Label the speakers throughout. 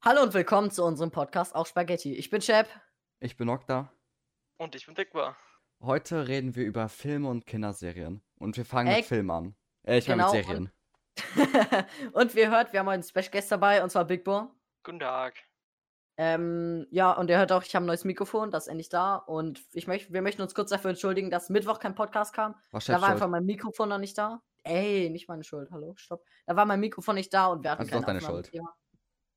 Speaker 1: Hallo und willkommen zu unserem Podcast Auch Spaghetti. Ich bin Shep.
Speaker 2: Ich bin Okta.
Speaker 3: Und ich bin Dickbar.
Speaker 2: Heute reden wir über Filme und Kinderserien. Und wir fangen
Speaker 1: Ey,
Speaker 2: mit Filmen an. Äh, ich meine
Speaker 1: genau,
Speaker 2: mit Serien.
Speaker 1: und wie ihr hört, wir haben einen Special Guest dabei, und zwar Big Bo.
Speaker 3: Guten Tag.
Speaker 1: Ähm, ja, und ihr hört auch, ich habe ein neues Mikrofon, das ist endlich da. Und ich möcht, wir möchten uns kurz dafür entschuldigen, dass Mittwoch kein Podcast kam.
Speaker 2: Was
Speaker 1: Da war
Speaker 2: schätzt
Speaker 1: einfach
Speaker 2: du?
Speaker 1: mein Mikrofon noch nicht da. Ey, nicht meine Schuld. Hallo, stopp. Da war mein Mikrofon nicht da und wir hatten
Speaker 2: Also doch
Speaker 1: keine
Speaker 2: deine
Speaker 1: Aufnahme-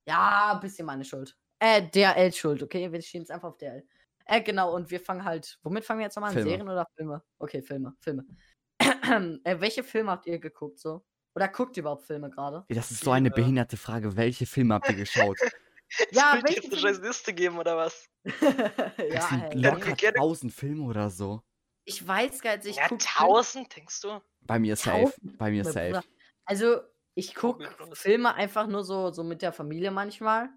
Speaker 1: Ja, ein bisschen meine Schuld. Äh, DRL Schuld, okay? Wir schieben es einfach auf DRL. Äh, genau, und wir fangen halt. Womit fangen wir jetzt nochmal an?
Speaker 2: Filme.
Speaker 1: Serien oder Filme? Okay, Filme, Filme. äh, welche Filme habt ihr geguckt so? Oder guckt ihr überhaupt Filme gerade?
Speaker 2: Das ist so eine
Speaker 3: Filme.
Speaker 2: behinderte Frage. Welche Filme habt ihr geschaut?
Speaker 1: Ja,
Speaker 3: Soll ich dir
Speaker 1: welche
Speaker 3: jetzt eine
Speaker 1: Filme-
Speaker 3: scheiß Liste geben oder was?
Speaker 2: Das
Speaker 1: ja,
Speaker 2: sind
Speaker 1: ey,
Speaker 3: Lock-
Speaker 2: locker
Speaker 3: wir kennen-
Speaker 2: tausend Filme oder so.
Speaker 1: ich weiß gar nicht, ich
Speaker 3: ja,
Speaker 1: guck Filme.
Speaker 3: tausend, denkst du?
Speaker 2: Bei mir safe. Bei mir
Speaker 1: Mein
Speaker 2: safe.
Speaker 1: Bruder. Also, ich gucke
Speaker 3: Vorbildlos.
Speaker 1: Filme einfach nur so, so mit der Familie manchmal.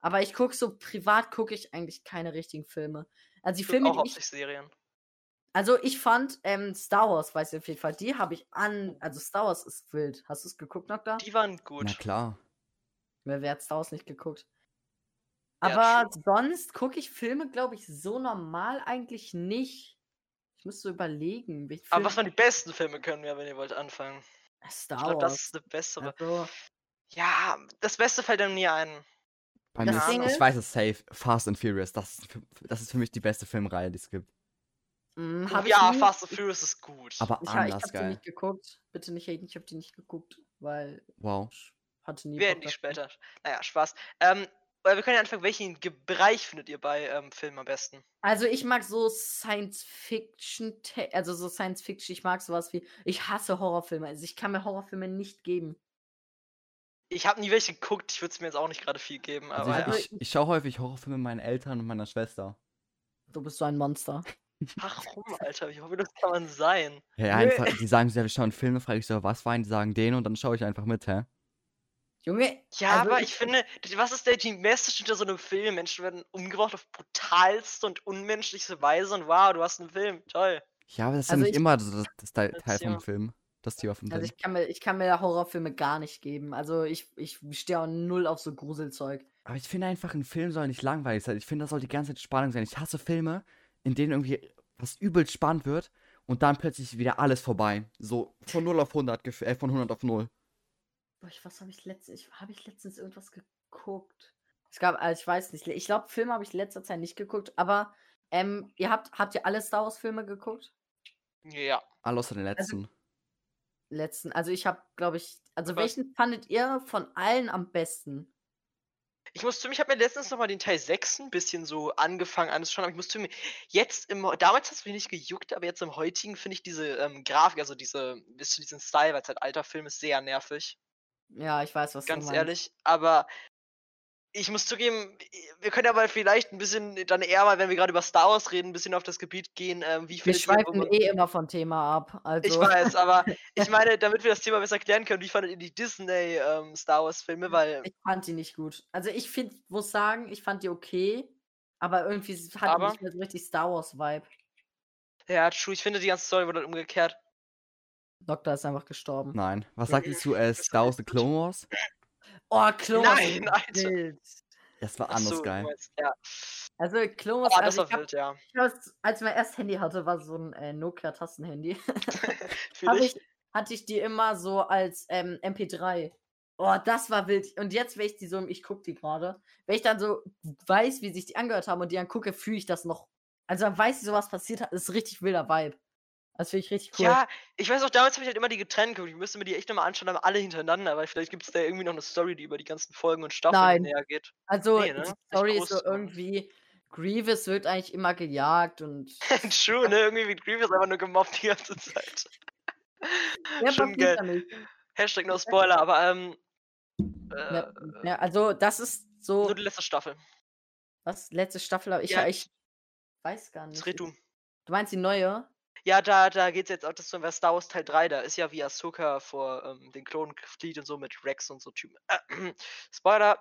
Speaker 1: Aber ich gucke so privat, gucke ich eigentlich keine richtigen Filme. Also, die
Speaker 3: Ich guck
Speaker 1: Filme,
Speaker 3: auch
Speaker 1: die ich,
Speaker 3: hauptsächlich Serien. Also
Speaker 1: also ich fand ähm, Star Wars, weiß ich auf jeden Fall, die habe ich an. Also, Star Wars ist wild. Hast du es geguckt, Nocta?
Speaker 3: Die waren
Speaker 2: Na
Speaker 3: gut.
Speaker 2: klar.
Speaker 1: Wer, wer hat Star Wars nicht geguckt?
Speaker 3: Ja,
Speaker 1: Aber sonst gucke ich Filme, glaube ich, so normal eigentlich nicht. Ich muss so überlegen. welchen
Speaker 3: Aber
Speaker 1: Film-
Speaker 3: was waren die besten Filme, können wir, wenn ihr wollt, anfangen. Ich
Speaker 1: Ah, Star
Speaker 3: glaube, das
Speaker 1: Wars.
Speaker 3: ist eine bessere.
Speaker 1: Also,
Speaker 3: Ja, das Beste fällt einem nie ein.
Speaker 2: Bei
Speaker 1: Das
Speaker 2: mir
Speaker 1: Ding
Speaker 2: ist,
Speaker 1: ist-
Speaker 2: ich weiß es safe. Fast and Furious. Das ist, für- das ist für mich die beste Filmreihe, die es gibt.
Speaker 1: mh, mm, hab ich
Speaker 3: Oh ja,
Speaker 1: nie-
Speaker 3: Fast and Furious ist gut.
Speaker 2: Aber
Speaker 1: Ich, ha- ich
Speaker 2: anders
Speaker 1: habe die
Speaker 2: geil.
Speaker 1: nicht geguckt. Bitte nicht haten, ich habe die nicht geguckt, weil
Speaker 2: Wow.
Speaker 1: ich hatte nie.
Speaker 3: wir werden
Speaker 1: Bock
Speaker 3: die
Speaker 1: dazu.
Speaker 3: später. Naja, Spaß. Ähm, aber wir können ja anfangen, welchen Ge- Bereich findet ihr bei ähm, Filmen am besten?
Speaker 1: Also ich mag so Science Fiction, also so Science Fiction, ich mag sowas wie. Ich hasse Horrorfilme. Also ich kann mir Horrorfilme nicht geben.
Speaker 3: Ich habe nie welche geguckt, ich würde es mir jetzt auch nicht gerade viel geben,
Speaker 2: Also
Speaker 3: aber
Speaker 2: ich,
Speaker 3: ja.
Speaker 1: Also
Speaker 2: ich, ich schaue häufig Horrorfilme mit meinen Eltern und meiner Schwester.
Speaker 1: Du bist so ein Monster.
Speaker 3: Warum, Alter? Wie hobbylos kann man sein?
Speaker 2: Ja, ja,
Speaker 1: Nö.
Speaker 2: einfach, die sagen so, ja, wir schauen Filme, frage ich so, was für einen, die sagen den und dann schaue ich einfach mit, hä?
Speaker 1: Junge,
Speaker 3: Ja,
Speaker 1: Also
Speaker 3: aber
Speaker 1: ich-
Speaker 3: ich finde, d- was ist der die Message hinter so einem Film? Menschen werden umgebracht auf brutalste und unmenschlichste Weise und wow, du hast einen Film, toll.
Speaker 2: Ja, aber das ist
Speaker 1: Also
Speaker 2: ja nicht
Speaker 1: ich-
Speaker 2: immer so das, das Teil,
Speaker 3: Das
Speaker 2: Teil vom
Speaker 3: Thema.
Speaker 2: Film. Das Thema vom
Speaker 1: also
Speaker 2: Film.
Speaker 1: ich kann mir, ich kann mir Horrorfilme gar nicht geben. Also ich, ich stehe auch null auf so Gruselzeug.
Speaker 2: Aber ich finde einfach, ein Film soll nicht langweilig sein. Ich finde, das soll die ganze Zeit Spannung sein. Ich hasse Filme, in denen irgendwie was übelst spannend wird und dann plötzlich wieder alles vorbei. So von 0 auf 100, gef- äh, von 100 auf 0.
Speaker 1: Boah, ich, was habe ich letztens? Ich, habe ich letztens irgendwas geguckt? Es gab, also ich weiß nicht. Ich glaube, Filme habe ich letzter Zeit nicht geguckt, aber ähm, ihr habt, habt ihr alle Star Wars-Filme geguckt?
Speaker 3: Ja.
Speaker 2: Alle außer den letzten.
Speaker 1: Letzten. Also ich habe, glaube ich, also
Speaker 3: Was?
Speaker 1: welchen fandet ihr von allen am besten?
Speaker 3: Ich muss zugeben, ich habe mir letztens nochmal den Teil 6 ein bisschen so angefangen anzuschauen, aber ich muss zugeben, jetzt im, damals hat es mich nicht gejuckt, aber jetzt im heutigen finde ich diese ähm, Grafik, also diese, bisschen diesen Style, weil es halt alter Film ist, sehr nervig.
Speaker 1: Ja, ich weiß, was du
Speaker 3: ganz
Speaker 1: meinst.
Speaker 3: ehrlich. Aber ich muss zugeben, i- wir können ja mal vielleicht ein bisschen dann eher mal, wenn wir gerade über Star Wars reden, ein bisschen auf das Gebiet gehen, ähm, wie
Speaker 1: Wir
Speaker 3: findet ihr, wo
Speaker 1: schweifen
Speaker 3: man-
Speaker 1: eh immer von Thema ab. Also,
Speaker 3: Ich weiß, aber ich meine, damit wir das Thema besser klären können, wie fandet ihr die Disney ähm, Star Wars
Speaker 1: Hm.
Speaker 3: Filme, weil
Speaker 1: ich fand die nicht gut. Also ich find, muss sagen, ich fand die okay, aber irgendwie s- hat die
Speaker 3: Aber-
Speaker 1: nicht mehr so richtig Star Wars-Vibe.
Speaker 3: ja, true, ich finde die ganze Story wurde halt umgekehrt.
Speaker 1: Doktor ist einfach gestorben.
Speaker 2: Nein. Was sagt ihr zu äh, Star Wars The Clone Wars?
Speaker 1: Oh, Clone Wars
Speaker 3: Nein,
Speaker 1: ist
Speaker 3: Alter.
Speaker 1: wild.
Speaker 2: Das war
Speaker 3: Ach
Speaker 2: anders
Speaker 3: so, du
Speaker 2: geil.
Speaker 3: meinst, Ja,
Speaker 1: Also Clone Wars,
Speaker 3: ah,
Speaker 1: also
Speaker 3: das war
Speaker 1: ich hab,
Speaker 3: wild, ja.
Speaker 1: ich hab's- als ich mein erstes Handy hatte, war so ein äh, Nokia-Tastenhandy.
Speaker 3: Fühl
Speaker 1: Hab
Speaker 3: ich.
Speaker 1: ich, hatte ich die immer so als ähm, MP3. Oh, das war wild. Und jetzt, wenn ich die so, ich guck die gerade, wenn ich dann so weiß, wie sich die angehört haben und die dann gucke, fühle ich das noch. Also dann weiß ich, so was passiert hat, ist richtig wilder Vibe. Das finde ich richtig cool.
Speaker 3: Ja, ich weiß auch, damals habe ich halt immer die getrennt geguckt. Ich müsste mir die echt nochmal anschauen, aber alle hintereinander, weil vielleicht gibt es da irgendwie noch eine Story, die über die ganzen Folgen und Staffeln
Speaker 1: Nein.
Speaker 3: näher geht.
Speaker 1: also
Speaker 3: nee,
Speaker 1: die
Speaker 3: ne? Nicht
Speaker 1: Story ist
Speaker 3: groß
Speaker 1: so
Speaker 3: zu machen.
Speaker 1: irgendwie, Grievous wird eigentlich immer gejagt und
Speaker 3: True, ne? Irgendwie wird Grievous einfach nur gemobbt die ganze Zeit.
Speaker 1: mehr
Speaker 3: Schon
Speaker 1: passiert da nicht.
Speaker 3: Hashtag no Spoiler, aber ähm. Äh,
Speaker 1: Mehr, mehr, also das ist so,
Speaker 3: nur die letzte Staffel.
Speaker 1: was, letzte Staffel, aber ich,
Speaker 3: Ja.
Speaker 1: ich weiß gar nicht.
Speaker 3: Das red du.
Speaker 1: Du meinst die neue?
Speaker 3: Ja, da, da geht's jetzt auch das bei Star Wars Teil 3. Da ist ja wie Ahsoka vor ähm, den Klonen flieht und so mit Rex und so Typen. Spoiler.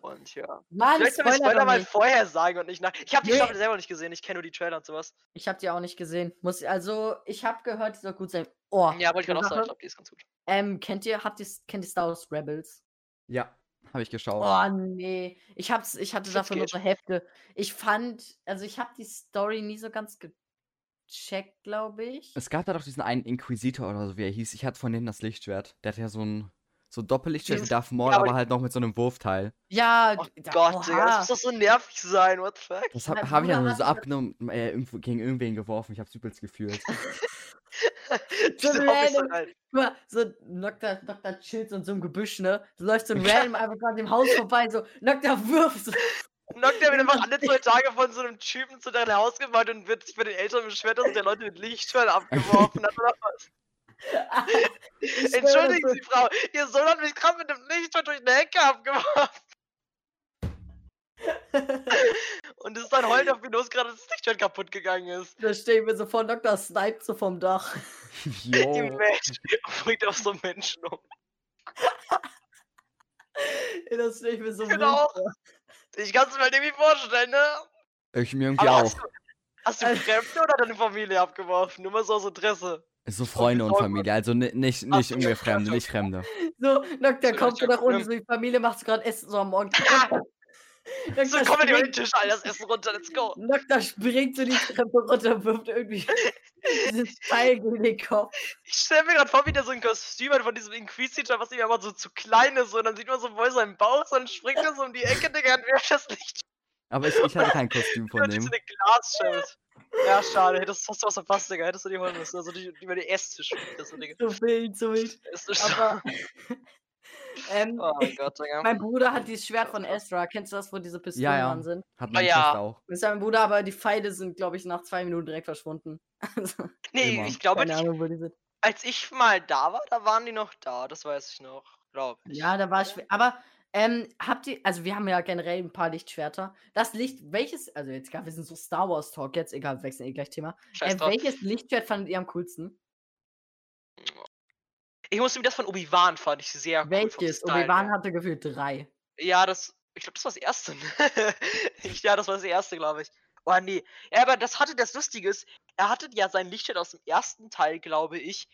Speaker 3: Und ja.
Speaker 1: Mann,
Speaker 3: Vielleicht soll ich
Speaker 1: Spoiler
Speaker 3: Spoiler
Speaker 1: doch
Speaker 3: mal
Speaker 1: nicht.
Speaker 3: vorher sagen und nicht nach. Ich habe die
Speaker 1: Nee.
Speaker 3: Staffel selber nicht gesehen, ich kenne nur die Trailer und sowas.
Speaker 1: Ich habe die auch nicht gesehen. Muss, also, ich habe gehört, die soll gut sein. Oh,
Speaker 3: Ja, wollte ich gerade auch sagen,
Speaker 1: Sache. Äh,
Speaker 3: ich glaube, die ist ganz gut.
Speaker 1: ähm, kennt ihr, habt ihr, kennt ihr Star Wars Rebels?
Speaker 2: Ja. Habe ich geschaut.
Speaker 1: Oh nee, ich hab's, ich hatte
Speaker 3: Shit
Speaker 1: davon nur
Speaker 3: geht.
Speaker 1: so Hefte. Ich fand, also ich habe die Story nie so ganz gecheckt, glaube ich.
Speaker 2: Es gab da doch diesen einen Inquisitor oder so, wie er hieß. Ich hatte von dem das Lichtschwert. Der hatte ja so ein so ein Doppellichtschwert wie
Speaker 3: Dieses-
Speaker 2: Darth Maul,
Speaker 3: Ja, aber-
Speaker 2: aber halt noch mit so einem Wurfteil.
Speaker 1: Ja,
Speaker 3: Oh
Speaker 1: da-
Speaker 3: Gott, Digga,
Speaker 1: oha.
Speaker 3: das muss doch so nervig sein, what the fuck?
Speaker 2: Das
Speaker 1: Mein
Speaker 2: habe hab ich ja
Speaker 1: Bruder
Speaker 2: nur so
Speaker 1: hat-
Speaker 2: abgenommen, äh, irgendwo gegen irgendwen geworfen. Ich hab's übelst gefühlt.
Speaker 1: So
Speaker 3: Diese
Speaker 1: ein
Speaker 3: Hobbys
Speaker 1: random-
Speaker 3: sind halt-
Speaker 1: Guck mal, so Nocta, Nocta chillt so in so einem Gebüsch, ne? So läuft so ein Random einfach gerade dem Haus vorbei, so Nocta wirft. So.
Speaker 3: Knockt er wird einfach alle zwei Tage von so einem Typen zu deinem Haus gewandt und wird sich bei den Eltern beschwert, dass der Leute mit Lichtschwellen abgeworfen hat oder was.
Speaker 1: Ich schwöre,
Speaker 3: Entschuldigen
Speaker 1: so-
Speaker 3: Sie, Frau, Ihr Sohn hat mich gerade mit dem Lichtschwert durch eine Hecke abgeworfen. und es ist dann heulend auf mir losgerannt, dass das Lichtschwert kaputt gegangen ist.
Speaker 1: Da stehen wir so vor, Nocta sniped so vom Dach.
Speaker 3: Die
Speaker 2: Jo.
Speaker 3: Mensch bringt auf so einen Menschen um.
Speaker 1: Ey, Das stelle ich mir so
Speaker 3: Ich bin
Speaker 1: wild
Speaker 3: auch-
Speaker 1: vor.
Speaker 3: Ich kann es mir halt irgendwie vorstellen, ne?
Speaker 2: Ich mir irgendwie
Speaker 3: Aber
Speaker 2: auch.
Speaker 3: hast du, hast du
Speaker 1: Also-
Speaker 3: Fremde oder deine Familie abgeworfen? Nur mal so aus Interesse.
Speaker 2: So Freunde und
Speaker 3: Freunde.
Speaker 2: Familie, also ni- nicht,
Speaker 1: Ah,
Speaker 3: Ach
Speaker 2: nicht
Speaker 3: so,
Speaker 2: irgendwie
Speaker 3: ja,
Speaker 2: Fremde,
Speaker 3: ja.
Speaker 2: nicht Fremde.
Speaker 1: So, Nocta
Speaker 3: So,
Speaker 1: kommt
Speaker 3: ich
Speaker 1: so
Speaker 3: hab
Speaker 1: nach unten,
Speaker 3: Glück.
Speaker 1: so die Familie macht gerade Essen so am Morgen. Nocta
Speaker 3: So, komm mit über
Speaker 1: springt-
Speaker 3: den Tisch, all das Essen runter, let's go.
Speaker 1: Nocta springt so die Treppe runter, wirft irgendwie dieses Teil gegen den Kopf.
Speaker 3: Ich stelle mir gerade vor, wie der so ein Kostüm hat von diesem Inquisitor, was ihm aber so zu klein ist. Und dann sieht man so wohl seinen Bauch, so, dann springt er so um die Ecke, Digga, und wirft das Licht
Speaker 2: Aber ich, ich hatte kein Kostüm von
Speaker 3: und so
Speaker 2: dem.
Speaker 3: eine Glasschild. Ja, schade, hättest hast du was verpasst, Digga. Hättest du die holen müssen. Also die, die über den Esstisch springt, das so, Digga.
Speaker 1: So wild, so wild.
Speaker 3: Es ist so.
Speaker 1: Aber ähm,
Speaker 3: Oh mein Gott, Digga.
Speaker 1: mein Bruder hat dieses Schwert von Ezra. Kennst du das, wo diese Pistolen
Speaker 2: Ja, ja.
Speaker 1: dran sind?
Speaker 2: Hat meine
Speaker 3: ja.
Speaker 2: Schwester auch.
Speaker 1: Das ist mein Bruder, aber die Pfeile sind, glaube ich, nach zwei Minuten direkt verschwunden. Also,
Speaker 3: Nee,
Speaker 2: Immer.
Speaker 3: ich glaube
Speaker 1: keine
Speaker 3: nicht.
Speaker 1: Ahnung, wo die sind.
Speaker 3: Als ich mal da war, da waren die noch da. Das weiß ich noch, glaube ich.
Speaker 1: Ja, da war schwer. Aber ähm, habt ihr, also wir haben ja generell ein paar Lichtschwerter. Das Licht, welches, also jetzt gar, wir sind so Star Wars Talk jetzt, egal, wir wechseln eh gleich Thema.
Speaker 3: Scheiß
Speaker 1: Äh,
Speaker 3: drauf.
Speaker 1: welches Lichtschwert fandet ihr am coolsten?
Speaker 3: Ich musste mir das von Obi-Wan fand ich sehr cool. vom
Speaker 1: welches?
Speaker 3: Style
Speaker 1: Obi-Wan
Speaker 3: her.
Speaker 1: hatte gefühlt drei.
Speaker 3: Ja, das. Ich glaube, das war das erste. ne? ich, ja, das war das erste, glaube ich. Oh, nee. Ja, aber das hatte das Lustige ist, er hatte ja sein Lichtschwert aus dem ersten Teil, glaube ich,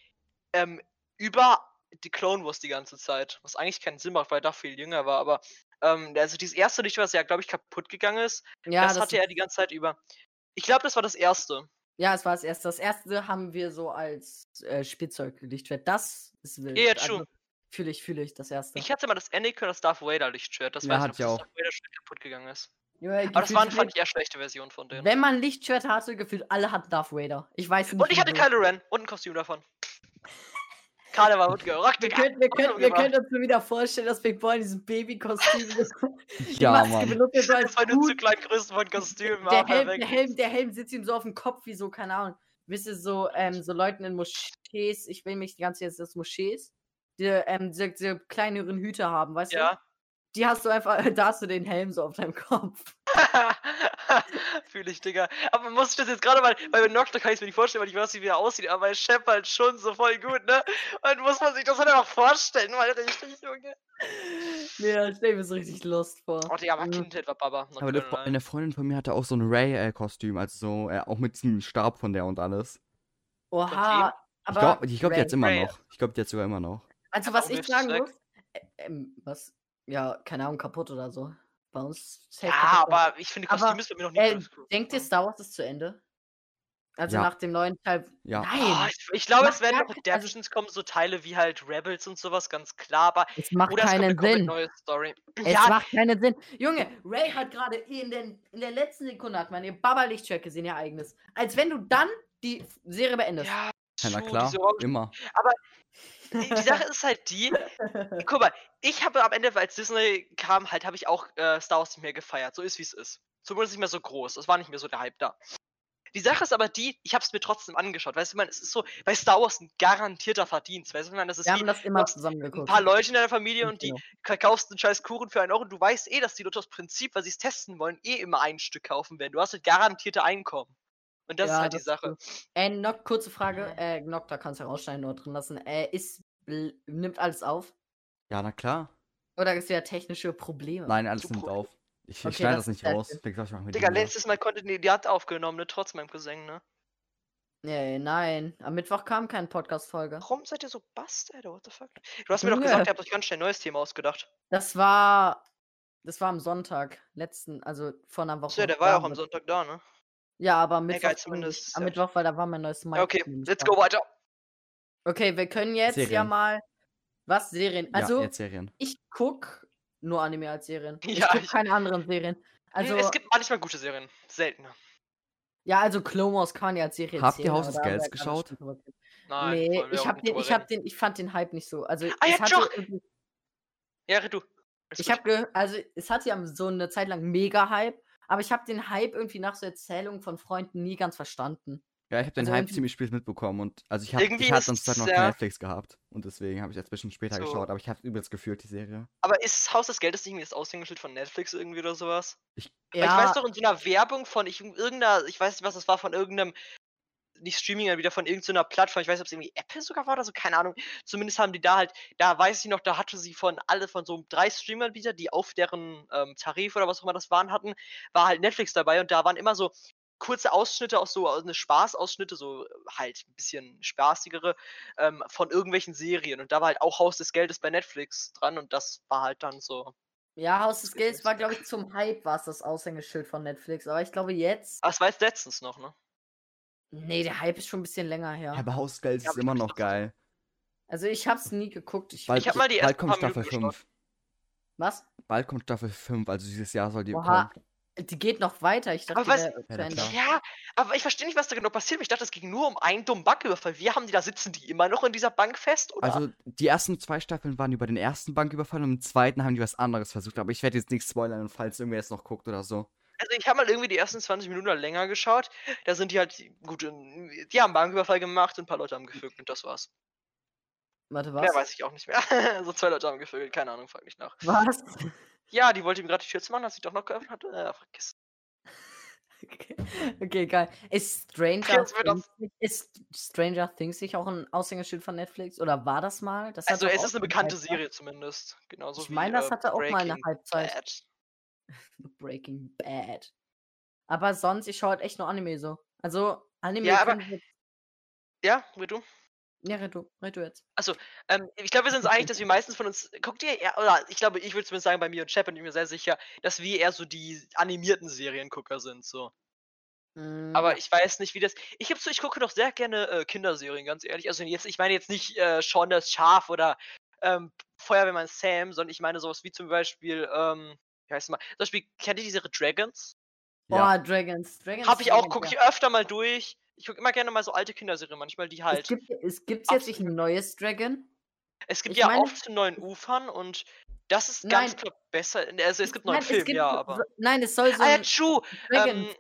Speaker 3: ähm, über die Clone Wars die ganze Zeit. Was eigentlich keinen Sinn macht, weil er da viel jünger war, aber. Ähm, also dieses erste Lichtschwert, was ja, glaube ich, kaputt gegangen ist,
Speaker 1: Ja,
Speaker 3: das, hatte er die ganze Zeit über. Ich glaube, das war das erste.
Speaker 1: ja, es war das erste. Das erste haben wir so als äh, Spielzeug-Lichtschwert. Das ist wild. Also,
Speaker 3: Ja, jetzt schon.
Speaker 1: fühle ich, fühle ich das erste.
Speaker 3: Ich hatte mal das Anakin, das Darth Vader Lichtschwert. Das
Speaker 2: Ja,
Speaker 3: weiß
Speaker 2: hatte
Speaker 3: ich,
Speaker 2: ich
Speaker 3: noch,
Speaker 2: auch.
Speaker 3: das Darth Vader Schwert kaputt gegangen ist.
Speaker 1: Ja,
Speaker 3: Aber das
Speaker 1: gefühlt
Speaker 3: waren,
Speaker 1: die
Speaker 3: fand ich, eher schlechte Version von denen.
Speaker 1: Wenn man Lichtschwert hatte, gefühlt alle hatten Darth Vader. Ich weiß nicht.
Speaker 3: Und ich hatte
Speaker 1: wieso.
Speaker 3: Kylo Ren und ein Kostüm davon. Karneval und gerockt,
Speaker 1: Wir
Speaker 3: Digga.
Speaker 1: können, wir, können, wir
Speaker 3: gemacht.
Speaker 1: können uns nur wieder vorstellen, dass Big Boy in diesem Babykostüm ist. Die
Speaker 2: Ja,
Speaker 1: Maske
Speaker 2: Mann.
Speaker 1: benutzt er so als
Speaker 3: Das war nur zu
Speaker 1: Hut.
Speaker 3: kleinen Größen von Kostümen.
Speaker 1: Der
Speaker 3: aber
Speaker 1: Helm,
Speaker 3: weg.
Speaker 1: der, Helm, der Helm sitzt ihm so auf dem Kopf, wie so, keine Ahnung. Wisst ihr, so, ähm, so Leuten in Moschees, ich will mich die ganze Zeit jetzt das Moschees, die, ähm, diese, diese kleineren Hüte haben, weißt du?
Speaker 3: Ja.
Speaker 1: Die hast du einfach, da hast du den Helm so auf deinem Kopf.
Speaker 3: Fühle ich, Digga. Aber man muss sich das jetzt gerade mal, weil bei Nocta kann ich es mir nicht vorstellen, weil ich weiß nicht, wie er aussieht, aber er scheppert schon so voll gut, ne? Und muss man sich das halt einfach vorstellen, mal richtig, Junge.
Speaker 1: Ja, stell mir so richtig Lust vor.
Speaker 3: Oh, Digga, aber
Speaker 1: Mhm.
Speaker 3: Kindheit war Baba. Not
Speaker 2: Aber eine,
Speaker 3: gonna
Speaker 2: Fre-
Speaker 3: lie.
Speaker 2: eine Freundin von mir hatte auch so ein Ray-Kostüm, also so, äh, auch mit diesem Stab von der und alles.
Speaker 1: Oha.
Speaker 2: Ich
Speaker 1: Aber
Speaker 2: glaube, ich glaub, die
Speaker 1: Ray.
Speaker 2: hat's immer
Speaker 3: Ray.
Speaker 2: noch. Ich glaube, die hat's sogar immer noch.
Speaker 1: Also
Speaker 3: Aber
Speaker 1: was ich
Speaker 3: Rift
Speaker 1: sagen
Speaker 3: Strike-
Speaker 1: muss, äh, ähm, was, ja, keine Ahnung, kaputt oder so. Bei uns safe
Speaker 3: Ja,
Speaker 1: kaputt oder so.
Speaker 3: aber ich finde,
Speaker 1: Aber,
Speaker 3: Kostüme ist bei mir noch nie
Speaker 1: äh,
Speaker 3: cool.
Speaker 1: Denkt ihr, Star Wars ist zu Ende? Also
Speaker 2: Ja.
Speaker 1: nach dem neuen Teil.
Speaker 2: Ja.
Speaker 3: Oh,
Speaker 1: Nein!
Speaker 3: ich, ich glaube,
Speaker 1: Macht
Speaker 3: es werden
Speaker 1: gar
Speaker 3: noch
Speaker 1: ke- also-
Speaker 3: Adaptions kommen, so Teile wie halt Rebels und sowas, ganz klar. Aber
Speaker 1: Es macht
Speaker 3: Oder oh, es kommt
Speaker 1: keinen
Speaker 3: eine komplett
Speaker 1: Sinn.
Speaker 3: neue Story.
Speaker 1: Es
Speaker 3: ja,
Speaker 1: macht keinen Sinn. Junge, Ray hat gerade in, den, in der letzten Sekunde hat man ihr Baba-Lichtschwert gesehen, ihr eigenes. Als wenn du dann die Serie beendest.
Speaker 3: ja,
Speaker 2: Ja, na
Speaker 3: true,
Speaker 2: klar,
Speaker 3: diese Orange-
Speaker 2: immer.
Speaker 3: Die die Sache ist halt die, guck mal, ich habe am Ende, als Disney kam, halt, habe ich auch äh, Star Wars nicht mehr gefeiert. So ist, wie es ist. Zumindest nicht mehr so groß. Es war nicht mehr so der Hype da. Die Sache ist aber die, ich habe es mir trotzdem angeschaut. Weißt du, man, es ist so, bei Star Wars ein garantierter Verdienst. Weißt du, man, das ist
Speaker 1: Wir
Speaker 3: wie
Speaker 1: haben das immer Genau.
Speaker 3: hast ein
Speaker 1: zusammengeguckt.
Speaker 3: paar Leute in deiner Familie
Speaker 1: im
Speaker 3: und die
Speaker 1: Kino.
Speaker 3: verkaufst einen scheiß Kuchen für einen Euro und du weißt eh, dass die Leute aus Prinzip, weil sie es testen wollen, eh immer ein Stück kaufen werden. Du hast halt garantierte Einkommen. Und das
Speaker 1: Ja,
Speaker 3: ist halt die
Speaker 1: das ist
Speaker 3: Sache.
Speaker 1: Äh, Nock, kurze Frage. Äh, Nock, da kannst du rausschneiden oder drin lassen. Äh, ist, bl- nimmt alles auf?
Speaker 2: Ja, na klar.
Speaker 1: Oder gibt es wieder technische Probleme?
Speaker 2: Nein, alles
Speaker 3: Super.
Speaker 2: nimmt auf. Ich, ich
Speaker 1: Okay,
Speaker 2: schneide
Speaker 1: das
Speaker 2: das nicht
Speaker 1: ist sehr
Speaker 2: raus.
Speaker 1: schön.
Speaker 2: Wie gesagt, ich mach mir die
Speaker 3: Digga,
Speaker 2: Mühe.
Speaker 3: letztes Mal konnte die, die hat aufgenommen, ne? Trotz meinem Cousin, ne?
Speaker 1: Nee, nein. Am Mittwoch kam keine Podcast-Folge.
Speaker 3: Warum seid ihr so Bastarde? What the fuck? Du hast mir doch
Speaker 1: Junge.
Speaker 3: gesagt, ihr habt euch ganz schnell ein neues Thema ausgedacht.
Speaker 1: Das war. Das war am Sonntag. Letzten, also vor einer Woche.
Speaker 3: Achso, ja, der war ja auch
Speaker 1: Da
Speaker 3: am
Speaker 1: mit-
Speaker 3: Sonntag da, ne?
Speaker 1: Ja, aber am Mittwoch.
Speaker 3: Egal,
Speaker 1: ging
Speaker 3: zumindest
Speaker 1: nicht.
Speaker 3: ist
Speaker 1: Am
Speaker 3: ja-
Speaker 1: Mittwoch, weil da war mein neues Mic.
Speaker 3: Ja, okay,
Speaker 1: nämlich
Speaker 3: let's
Speaker 1: da.
Speaker 3: go weiter.
Speaker 1: Okay, wir können jetzt ja
Speaker 2: Serien.
Speaker 1: mal. Was? Serien? Also,
Speaker 2: ja, jetzt Serien.
Speaker 1: ich guck nur Anime als Serien. Ich
Speaker 3: Ja,
Speaker 1: guck
Speaker 3: ich-
Speaker 1: keine anderen Serien. Also,
Speaker 3: Also, es gibt manchmal gute Serien. Seltener.
Speaker 1: ja, also Clone Wars kann ich als Serie
Speaker 2: Habt ihr
Speaker 1: zählen, aber
Speaker 2: Haus des
Speaker 1: da haben wir
Speaker 2: Gelds
Speaker 1: ja gerade
Speaker 2: geschaut?
Speaker 1: schon drüber geredet.
Speaker 3: Nein,
Speaker 1: nee,
Speaker 3: wollen wir
Speaker 1: ich
Speaker 3: auch
Speaker 1: hab,
Speaker 3: nicht
Speaker 1: den,
Speaker 3: drüber
Speaker 1: ich hab
Speaker 3: reden.
Speaker 1: den, ich fand den Hype nicht so. Also,
Speaker 3: Ah ja,
Speaker 1: es hatte
Speaker 3: doch.
Speaker 1: irgendwie-
Speaker 3: Ja, red du. Alles
Speaker 1: Ich
Speaker 3: gut.
Speaker 1: habe gehört, also es hat ja so eine Zeit lang mega Hype, aber ich habe den Hype irgendwie nach so Erzählungen von Freunden nie ganz verstanden.
Speaker 2: Ja, ich habe den
Speaker 1: Also
Speaker 2: Hype
Speaker 1: irgendwie-
Speaker 2: ziemlich spät mitbekommen und also ich, hab,
Speaker 3: Irgendwie
Speaker 2: ich hatte
Speaker 3: ist
Speaker 2: sonst halt noch
Speaker 3: es,
Speaker 2: kein
Speaker 3: ja-
Speaker 2: Netflix gehabt und deswegen habe ich erst ein bisschen später
Speaker 3: So.
Speaker 2: geschaut, aber ich habe übelst gefühlt die Serie.
Speaker 3: Aber ist Haus des Geldes nicht irgendwie das Aushängeschild von Netflix irgendwie oder sowas? Weil
Speaker 1: Ja,
Speaker 3: Ich weiß doch, in so einer Werbung von ich, irgendeiner, ich weiß nicht, was das war, von irgendeinem, nicht Streaming, aber wieder von irgendeiner Plattform. Ich weiß nicht, ob es irgendwie Apple sogar war oder so, keine Ahnung. Zumindest haben die da halt, da weiß ich noch, da hatte sie von alle, von so drei Streamern wieder, die auf deren ähm, Tarif oder was auch immer das waren hatten, war halt Netflix dabei und da waren immer so kurze Ausschnitte, auch so eine Spaßausschnitte, so äh, halt ein bisschen spaßigere, ähm, von irgendwelchen Serien. Und da war halt auch Haus des Geldes bei Netflix dran und das war halt dann so.
Speaker 1: ja, Haus des
Speaker 3: gibt's
Speaker 1: Geldes war, glaube ich, zum Hype war es das Aushängeschild von Netflix, aber ich glaube jetzt,
Speaker 3: Ah, Das war jetzt letztens noch, ne?
Speaker 1: nee, der Hype ist schon ein bisschen länger her.
Speaker 2: Ja, aber Haus des Geldes
Speaker 3: Ja,
Speaker 2: ist
Speaker 3: aber
Speaker 2: immer
Speaker 3: ich
Speaker 2: noch
Speaker 3: dachte so.
Speaker 2: geil.
Speaker 1: Also ich habe es nie geguckt. Ich,
Speaker 2: Bald,
Speaker 3: hab mal die
Speaker 2: bald
Speaker 3: ersten
Speaker 2: kommt
Speaker 3: paar
Speaker 2: Staffel
Speaker 3: Minuten geschaut.
Speaker 2: 5.
Speaker 1: was?
Speaker 2: Bald kommt Staffel 5, also dieses Jahr soll die
Speaker 1: Oha.
Speaker 2: kommen.
Speaker 1: Die geht noch weiter. Ich dachte,
Speaker 3: Aber was-
Speaker 1: die wär
Speaker 2: na
Speaker 1: zu Ende.
Speaker 2: klar.
Speaker 3: Ja, aber ich verstehe nicht, was da genau passiert. Ich dachte, es ging nur um einen dummen Banküberfall. Wir haben die da sitzen, die immer noch in dieser Bank fest, oder?
Speaker 2: Also die ersten zwei Staffeln waren über den ersten Banküberfall und im zweiten haben die was anderes versucht, aber ich werde jetzt nichts spoilern, falls irgendwer jetzt noch guckt oder so.
Speaker 3: also ich habe mal irgendwie die ersten 20 Minuten oder länger geschaut. Da sind die halt, gut, in, die haben einen Banküberfall gemacht und ein paar Leute haben gefügt und das war's.
Speaker 1: Warte,
Speaker 3: Mehr
Speaker 1: was?
Speaker 3: weiß ich auch nicht mehr. so zwei Leute haben gefügt, keine Ahnung, frag nicht nach.
Speaker 1: Was?
Speaker 3: Ja, die wollte ihm gerade die Tür zu machen, als ich doch noch geöffnet hatte. Ja, vergiss.
Speaker 1: Okay, okay, geil. Ist Stranger,
Speaker 3: Jetzt wird das-
Speaker 1: Things, nicht- ist Stranger Things nicht auch ein Aushängeschild von Netflix? Oder war das mal? Das
Speaker 3: Also
Speaker 1: hatte
Speaker 3: es
Speaker 1: auch
Speaker 3: ist eine
Speaker 1: einen
Speaker 3: bekannte
Speaker 1: Hype, ne?
Speaker 3: Serie zumindest. Genauso äh,
Speaker 1: Ich meine, das hatte auch mal eine Halbzeit.
Speaker 3: Bad.
Speaker 1: Breaking Bad. Aber sonst, ich schaue halt echt nur Anime so. Also, Anime.
Speaker 3: Ja, aber-
Speaker 1: können wir-
Speaker 3: Ja, wie du?
Speaker 1: Ja, red du, red du jetzt.
Speaker 3: Ähm, ich glaube, wir sind uns einig, dass wir meistens von uns, guckt ihr eher, oder ich glaube, ich würde zumindest sagen, bei mir und Chap bin ich mir sehr sicher, dass wir eher so die animierten Seriengucker sind, so.
Speaker 1: Mm,
Speaker 3: Aber
Speaker 1: ja.
Speaker 3: ich weiß nicht, wie das, ich gebe zu, ich gucke doch sehr gerne äh, Kinderserien, ganz ehrlich. Also jetzt, ich meine jetzt nicht äh, Sean das Schaf oder ähm, Feuerwehrmann Sam, sondern ich meine sowas wie zum Beispiel, ähm, wie heißt es mal, zum Beispiel, kennt ihr die Serie Dragons?
Speaker 2: Ja.
Speaker 1: Boah, Dragons. Dragons.
Speaker 3: Hab ich auch,
Speaker 1: Dragons,
Speaker 3: gucke
Speaker 1: ja.
Speaker 3: ich öfter mal durch. Ich gucke immer gerne mal so alte Kinderserien, manchmal die halt.
Speaker 1: Es gibt es gibt's jetzt nicht ein neues Dragon.
Speaker 3: Es gibt
Speaker 1: Ich
Speaker 3: ja
Speaker 1: meine-
Speaker 3: oft zu neuen Ufern und das ist ganz
Speaker 1: Nein.
Speaker 3: klar besser. in- Also es gibt noch
Speaker 1: Nein,
Speaker 3: einen Film, ja,
Speaker 1: so-
Speaker 3: aber.
Speaker 1: so- Nein, es soll so
Speaker 3: Ah ja,
Speaker 1: ein
Speaker 3: true.
Speaker 1: Dragon.
Speaker 3: Ähm,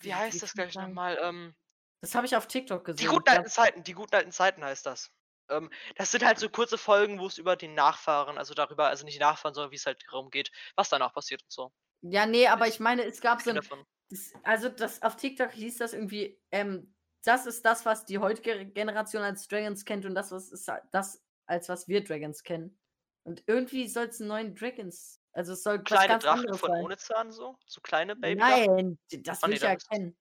Speaker 3: wie heißt das gleich nochmal? Ähm,
Speaker 1: Das habe ich auf TikTok gesehen.
Speaker 3: die guten
Speaker 1: Also Da-
Speaker 3: alten Zeiten, die guten alten Zeiten heißt das. Ähm, das sind halt so kurze Folgen, wo es über den Nachfahren, also darüber, also nicht die Nachfahren, sondern wie es halt darum geht, was danach passiert und so.
Speaker 1: Ja, nee, aber ich meine, es gab
Speaker 3: Ich
Speaker 1: so
Speaker 3: bin
Speaker 1: ein
Speaker 3: davon.
Speaker 1: Das, also das auf TikTok hieß das irgendwie, ähm, das ist das, was die heutige Generation als Dragons kennt und das, was ist a- das, als was wir Dragons kennen. Und irgendwie soll es einen neuen Dragons. Also es soll was
Speaker 3: Kleine
Speaker 1: ganz
Speaker 3: Drachen
Speaker 1: anderes
Speaker 3: von
Speaker 1: sein.
Speaker 3: ohne Zahn so, so kleine Baby.
Speaker 1: Nein, d- das
Speaker 3: Ah,
Speaker 1: will
Speaker 3: nee,
Speaker 1: ich
Speaker 3: dann
Speaker 1: ja
Speaker 3: ist es
Speaker 1: kennen.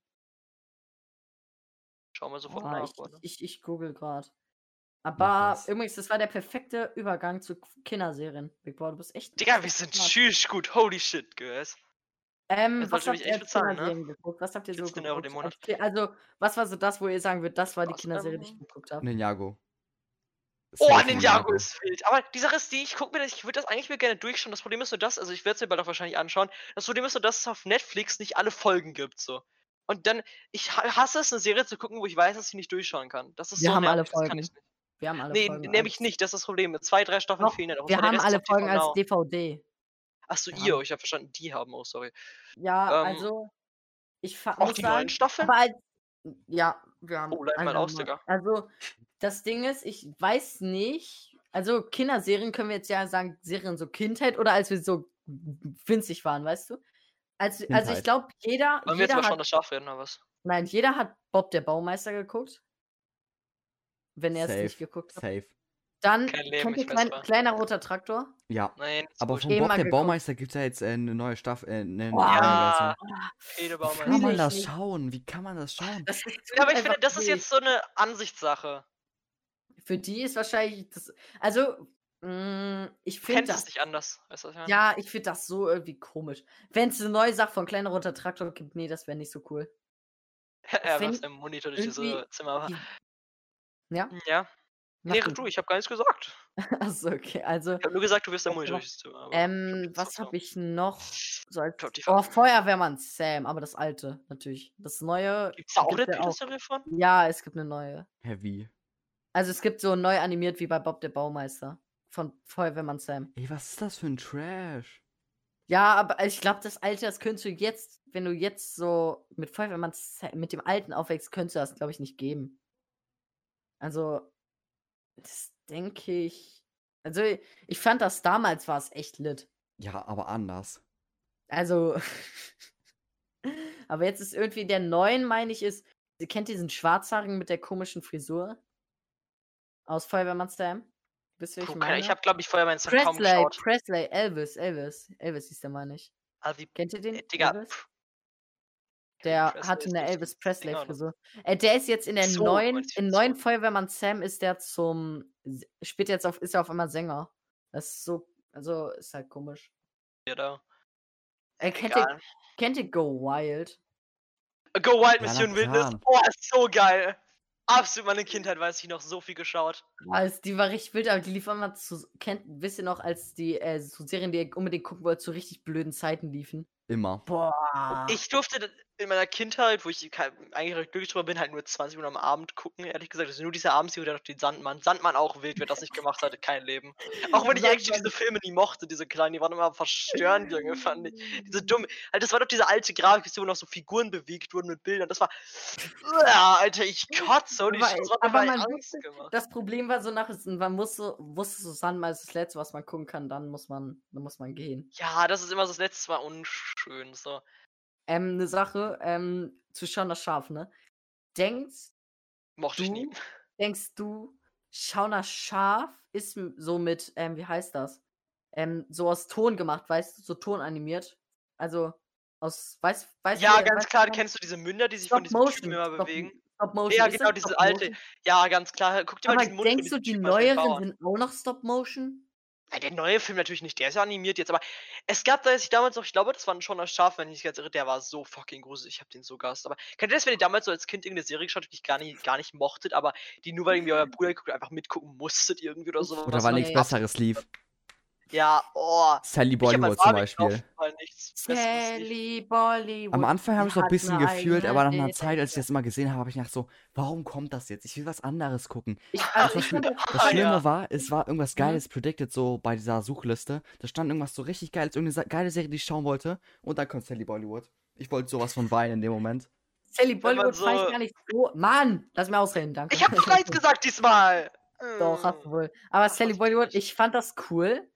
Speaker 3: Schauen wir sofort
Speaker 1: Ah,
Speaker 3: nach.
Speaker 1: ich,
Speaker 3: Leute.
Speaker 1: ich, ich google gerade. Aber
Speaker 2: das.
Speaker 1: übrigens, das war der perfekte Übergang zu K- Kinderserien. Big Brother, du bist echt.
Speaker 3: Digga, wir sind
Speaker 1: smart.
Speaker 3: schisch gut. Holy shit, guys.
Speaker 1: Ähm,
Speaker 3: Jetzt
Speaker 1: was habt
Speaker 3: sollte mich
Speaker 1: ihr
Speaker 3: echt
Speaker 1: als
Speaker 3: bezahlen, ne?
Speaker 1: Kinderserien geguckt? Was habt ihr so
Speaker 3: 14 Euro
Speaker 1: geguckt?
Speaker 3: den Monat.
Speaker 1: Okay, Also, was war so das, wo ihr sagen würdet, das war die
Speaker 3: Was,
Speaker 1: Kinderserie, die ich
Speaker 3: ähm,
Speaker 1: geguckt habe?
Speaker 2: Ninjago.
Speaker 3: Oh,
Speaker 2: Safe
Speaker 3: Ninjago ist wild. Aber die Sache ist die, ich gucke mir das, ich würde das eigentlich mir gerne durchschauen. Das Problem ist nur das, also ich werde es mir bald auch wahrscheinlich anschauen. Das Problem ist nur, dass es auf Netflix nicht alle Folgen gibt, so. Und dann, ich ha- hasse es, eine Serie zu gucken, wo ich weiß, dass ich nicht durchschauen kann. Das ist
Speaker 1: Wir
Speaker 3: so
Speaker 1: haben alle
Speaker 3: nervig, das kann
Speaker 1: Folgen.
Speaker 3: ich nicht.
Speaker 1: Wir haben alle
Speaker 3: Nee,
Speaker 1: Folgen.
Speaker 3: nämlich
Speaker 1: als-
Speaker 3: nicht, das ist das Problem. Mit zwei, drei Staffeln
Speaker 1: Doch,
Speaker 3: fehlen ja noch.
Speaker 1: Wir
Speaker 3: und der
Speaker 1: haben
Speaker 3: Rest
Speaker 1: alle
Speaker 3: ist auf
Speaker 1: Folgen
Speaker 3: TV
Speaker 1: als
Speaker 3: Now.
Speaker 1: DVD.
Speaker 3: Achso,
Speaker 1: wir
Speaker 3: ihr,
Speaker 1: haben-
Speaker 3: ich habe verstanden, die haben auch, sorry.
Speaker 1: Ja,
Speaker 3: Ähm,
Speaker 1: also ich fa-
Speaker 3: Auch
Speaker 1: muss
Speaker 3: die
Speaker 1: sagen,
Speaker 3: neuen Staffeln?
Speaker 1: aber als, ja, wir haben
Speaker 3: Oh, leih mal
Speaker 1: alle
Speaker 3: aus,
Speaker 1: haben-
Speaker 3: Digga.
Speaker 1: Also das Ding ist, ich weiß nicht, also Kinderserien können wir jetzt ja sagen, Serien so Kindheit oder als wir so winzig waren, weißt du? Als, also ich
Speaker 2: Kindheit.
Speaker 1: glaube, jeder,
Speaker 3: Wollen wir jetzt
Speaker 1: jeder
Speaker 3: mal schon
Speaker 1: hat,
Speaker 3: das Schaf reden, oder was?
Speaker 1: nein, jeder hat Bob der Baumeister geguckt. Wenn er es nicht
Speaker 2: Safe.
Speaker 1: geguckt hat.
Speaker 2: Safe.
Speaker 1: Dann
Speaker 3: Kein Leben,
Speaker 1: kennt ihr
Speaker 3: ich weiß
Speaker 1: klein,
Speaker 3: was.
Speaker 1: kleiner roter Traktor.
Speaker 2: Ja.
Speaker 3: Nein, ist
Speaker 2: Aber
Speaker 3: gut.
Speaker 2: von
Speaker 1: Eben
Speaker 2: Bob
Speaker 1: mal
Speaker 2: der
Speaker 1: geguckt.
Speaker 2: Baumeister gibt es ja jetzt äh, eine neue Staffel. Äh, eine neue
Speaker 3: Ja,
Speaker 2: Variante.
Speaker 3: Fede
Speaker 2: Wie
Speaker 1: Fühle
Speaker 2: kann man
Speaker 1: ich
Speaker 3: Baumeister.
Speaker 2: das
Speaker 1: nicht.
Speaker 2: schauen? Wie kann man das schauen?
Speaker 1: Das ist
Speaker 3: Ja, aber ich
Speaker 1: einfach
Speaker 3: finde, das ist
Speaker 1: weh.
Speaker 3: jetzt so eine Ansichtssache.
Speaker 1: Für die ist wahrscheinlich das. Also, mh, ich
Speaker 3: Du
Speaker 1: finde
Speaker 3: kennst
Speaker 1: das.
Speaker 3: es nicht anders. Weißt du, was ich meine?
Speaker 1: Ja, ich finde das so irgendwie komisch. Wenn es eine neue Sache von kleiner roter Traktor gibt, nee, das wäre nicht so cool.
Speaker 3: er
Speaker 1: wenn
Speaker 3: wirft im Monitor durch diese
Speaker 1: irgendwie
Speaker 3: Zimmer.
Speaker 1: die- Ja?
Speaker 3: Ja. Ah, Nee,
Speaker 1: Mach
Speaker 3: du, ich habe gar nichts gesagt.
Speaker 1: Achso, okay. Also,
Speaker 3: Ich habe nur gesagt, du wirst im
Speaker 1: Was
Speaker 3: Monitor
Speaker 1: noch?
Speaker 3: durch das Zimmer. aber Oh, ich hab
Speaker 1: ähm,
Speaker 3: nichts
Speaker 1: was
Speaker 3: gesagt.
Speaker 1: habe ich noch? So als,
Speaker 3: glaub, die
Speaker 1: oh,
Speaker 3: Fakten-
Speaker 1: Feuerwehrmann Sam, aber das alte, natürlich. Das neue.
Speaker 3: Gibt's da auch
Speaker 1: gibt's
Speaker 3: eine
Speaker 1: ja auch.
Speaker 3: Peter-Serie von?
Speaker 1: Ja, es gibt eine neue.
Speaker 2: Heavy.
Speaker 1: Also, es gibt so neu animiert wie bei Bob der Baumeister. Von Feuerwehrmann Sam.
Speaker 2: Ey, was ist das für ein Trash?
Speaker 1: Ja, aber ich glaube, das alte, das könntest du jetzt, wenn du jetzt so mit Feuerwehrmann Sam, mit dem alten aufwächst, könntest du das, glaube ich, nicht geben. Also, das denke ich. Also, ich fand das damals war es echt lit.
Speaker 2: Ja, aber anders.
Speaker 1: Also. Aber jetzt ist irgendwie der neuen, meine ich, ist. Ihr kennt diesen Schwarzhaarigen mit der komischen Frisur? Aus Feuerwehrmann Sam? Wisst ihr,
Speaker 3: Puh,
Speaker 1: welchen
Speaker 3: keine-
Speaker 1: meine?
Speaker 3: Ich habe, glaube ich, vorher meinen Song kaum
Speaker 1: Presley,
Speaker 3: geschaut.
Speaker 1: Presley, Elvis, Elvis. Elvis hieß der, meine ich.
Speaker 3: Also, wie,
Speaker 1: Kennt ihr den?
Speaker 3: äh, Digga,
Speaker 1: Elvis?
Speaker 3: pff,
Speaker 1: Der
Speaker 3: Presley
Speaker 1: hatte
Speaker 3: ist
Speaker 1: eine
Speaker 3: richtig
Speaker 1: Elvis
Speaker 3: Dinger, ne?
Speaker 1: Presley-Frisur. Äh, der ist jetzt in der
Speaker 3: So,
Speaker 1: neuen,
Speaker 3: meinst du
Speaker 1: im
Speaker 3: jetzt,
Speaker 1: neuen
Speaker 3: ja.
Speaker 1: Feuerwehrmann Sam ist der zum, s- spielt jetzt auf, ist er auf einmal Sänger. Das ist so, also ist halt komisch.
Speaker 3: ja, da.
Speaker 1: Äh, kennt, ihr,
Speaker 3: Egal.
Speaker 1: kennt ihr Go Wild?
Speaker 3: Go Wild
Speaker 2: Ja,
Speaker 3: Mission
Speaker 2: na
Speaker 3: Wildnis.
Speaker 2: klar.
Speaker 3: Oh, ist so geil. Absolut meine Kindheit, weiß ich noch, so viel geschaut.
Speaker 1: Also, die war richtig wild, aber die lief immer zu. Kennt, wisst ihr noch, als die äh, so Serien, die ihr unbedingt gucken wollt, zu richtig blöden Zeiten liefen? Ah.
Speaker 2: Immer.
Speaker 1: Boah.
Speaker 3: Ich durfte d- in meiner Kindheit, wo ich kein- eigentlich recht glücklich drüber bin, halt nur 20 Minuten am Abend gucken, ehrlich gesagt. Also nur diese Abendserie oder noch den Sandmann. Sandmann auch wild, wer das nicht gemacht hatte, kein Leben. Auch wenn ich actually diese Filme nie mochte, diese kleinen, die waren immer verstörend, Junge, fand ich. Diese dumme. Alter, das war doch diese alte Grafik, wo noch so Figuren bewegt wurden mit Bildern. Das war. Uah, Alter, ich kotze. Und ich,
Speaker 1: Aber-
Speaker 3: das hat
Speaker 1: aber
Speaker 3: mir mal
Speaker 1: man
Speaker 3: Angst gemacht.
Speaker 1: Das Problem war so nach, man musste, wusste so Sandmann ist das Letzte, was man gucken kann, dann muss man, dann muss man gehen.
Speaker 3: Ja, das ist immer so das letzte Mal unschön. So.
Speaker 1: Ähm, eine Sache, ähm, zu Schauen das Schaf, ne? Denkst,
Speaker 3: Mochte ich
Speaker 1: Du?
Speaker 3: nie.
Speaker 1: denkst du, Schauen das Schaf ist m- so mit, ähm, wie heißt das? Ähm, so aus Ton gemacht, weißt du, so Ton animiert. Also, aus, weißt, weißt
Speaker 3: Ja,
Speaker 1: wer-
Speaker 3: ganz
Speaker 1: weißt
Speaker 3: klar,
Speaker 1: wer-
Speaker 3: kennst du diese Münder, die sich von
Speaker 1: Stop
Speaker 3: diesem Typen
Speaker 1: Motion.
Speaker 3: immer
Speaker 1: Stop,
Speaker 3: bewegen?
Speaker 1: Stop Motion.
Speaker 3: Ja,
Speaker 1: ist das
Speaker 3: genau, diese
Speaker 1: Stop
Speaker 3: alte.
Speaker 1: Motion?
Speaker 3: Ja, ganz klar. Guck dir mal
Speaker 1: Aber
Speaker 3: diesen Mund von
Speaker 1: denkst du,
Speaker 3: diesem
Speaker 1: die
Speaker 3: Typen an,
Speaker 1: neueren
Speaker 3: den Bauern.
Speaker 1: sind auch noch Stop Motion?
Speaker 3: Ja, der neue Film natürlich nicht, der ist ja animiert jetzt, aber es gab da jetzt damals noch, ich glaube, das war ein Schorner Schaf, wenn ich nicht ganz irre, der war so fucking gruselig, ich hab den so gehasst. Aber kennt ihr das, wenn ihr damals so als Kind irgendeine Serie geschaut habt, die ich gar nicht, gar nicht mochtet, aber die nur weil irgendwie euer Bruder geguckt hat, einfach mitgucken musstet irgendwie oder so?
Speaker 2: Oder weil
Speaker 1: Mhm. war
Speaker 2: nichts
Speaker 1: ey.
Speaker 2: Besseres lief.
Speaker 3: Ja, oh.
Speaker 2: Sally
Speaker 3: Ich hab
Speaker 2: Bollywood
Speaker 3: als
Speaker 2: zum
Speaker 3: Barbie
Speaker 2: Beispiel.
Speaker 3: gekauft, weil nichts Besseres lief.
Speaker 1: Sally Bollywood.
Speaker 2: Am Anfang
Speaker 1: die
Speaker 2: habe ich noch ein
Speaker 1: hat
Speaker 2: bisschen
Speaker 1: eine
Speaker 2: gefühlt,
Speaker 1: eigene
Speaker 2: aber nach einer
Speaker 1: Welt.
Speaker 2: Zeit, als ich das immer gesehen habe, habe ich gedacht so, warum kommt das jetzt? Ich will was anderes gucken.
Speaker 1: Ich, also
Speaker 2: war
Speaker 1: ich
Speaker 2: schon-
Speaker 1: fand das
Speaker 2: Das
Speaker 3: Ah,
Speaker 2: Schlimme
Speaker 3: ja.
Speaker 2: war, es war irgendwas
Speaker 1: Mhm.
Speaker 2: Geiles predicted, so bei dieser Suchliste. Da stand irgendwas so richtig Geiles, irgendeine Sa- geile Serie, die ich schauen wollte. Und dann kommt Sally Bollywood. Ich wollte sowas von weinen in dem Moment.
Speaker 1: Sally
Speaker 3: man
Speaker 1: Bollywood so fand
Speaker 3: so-
Speaker 1: ich gar nicht so. Mann, lass mir ausreden, danke.
Speaker 3: Ich hab Flight gesagt diesmal!
Speaker 1: Doch, hast du
Speaker 3: Mm.
Speaker 1: wohl. Aber
Speaker 3: Ach,
Speaker 1: Sally
Speaker 3: weiß ich
Speaker 1: Bollywood,
Speaker 3: nicht.
Speaker 1: ich fand das cool.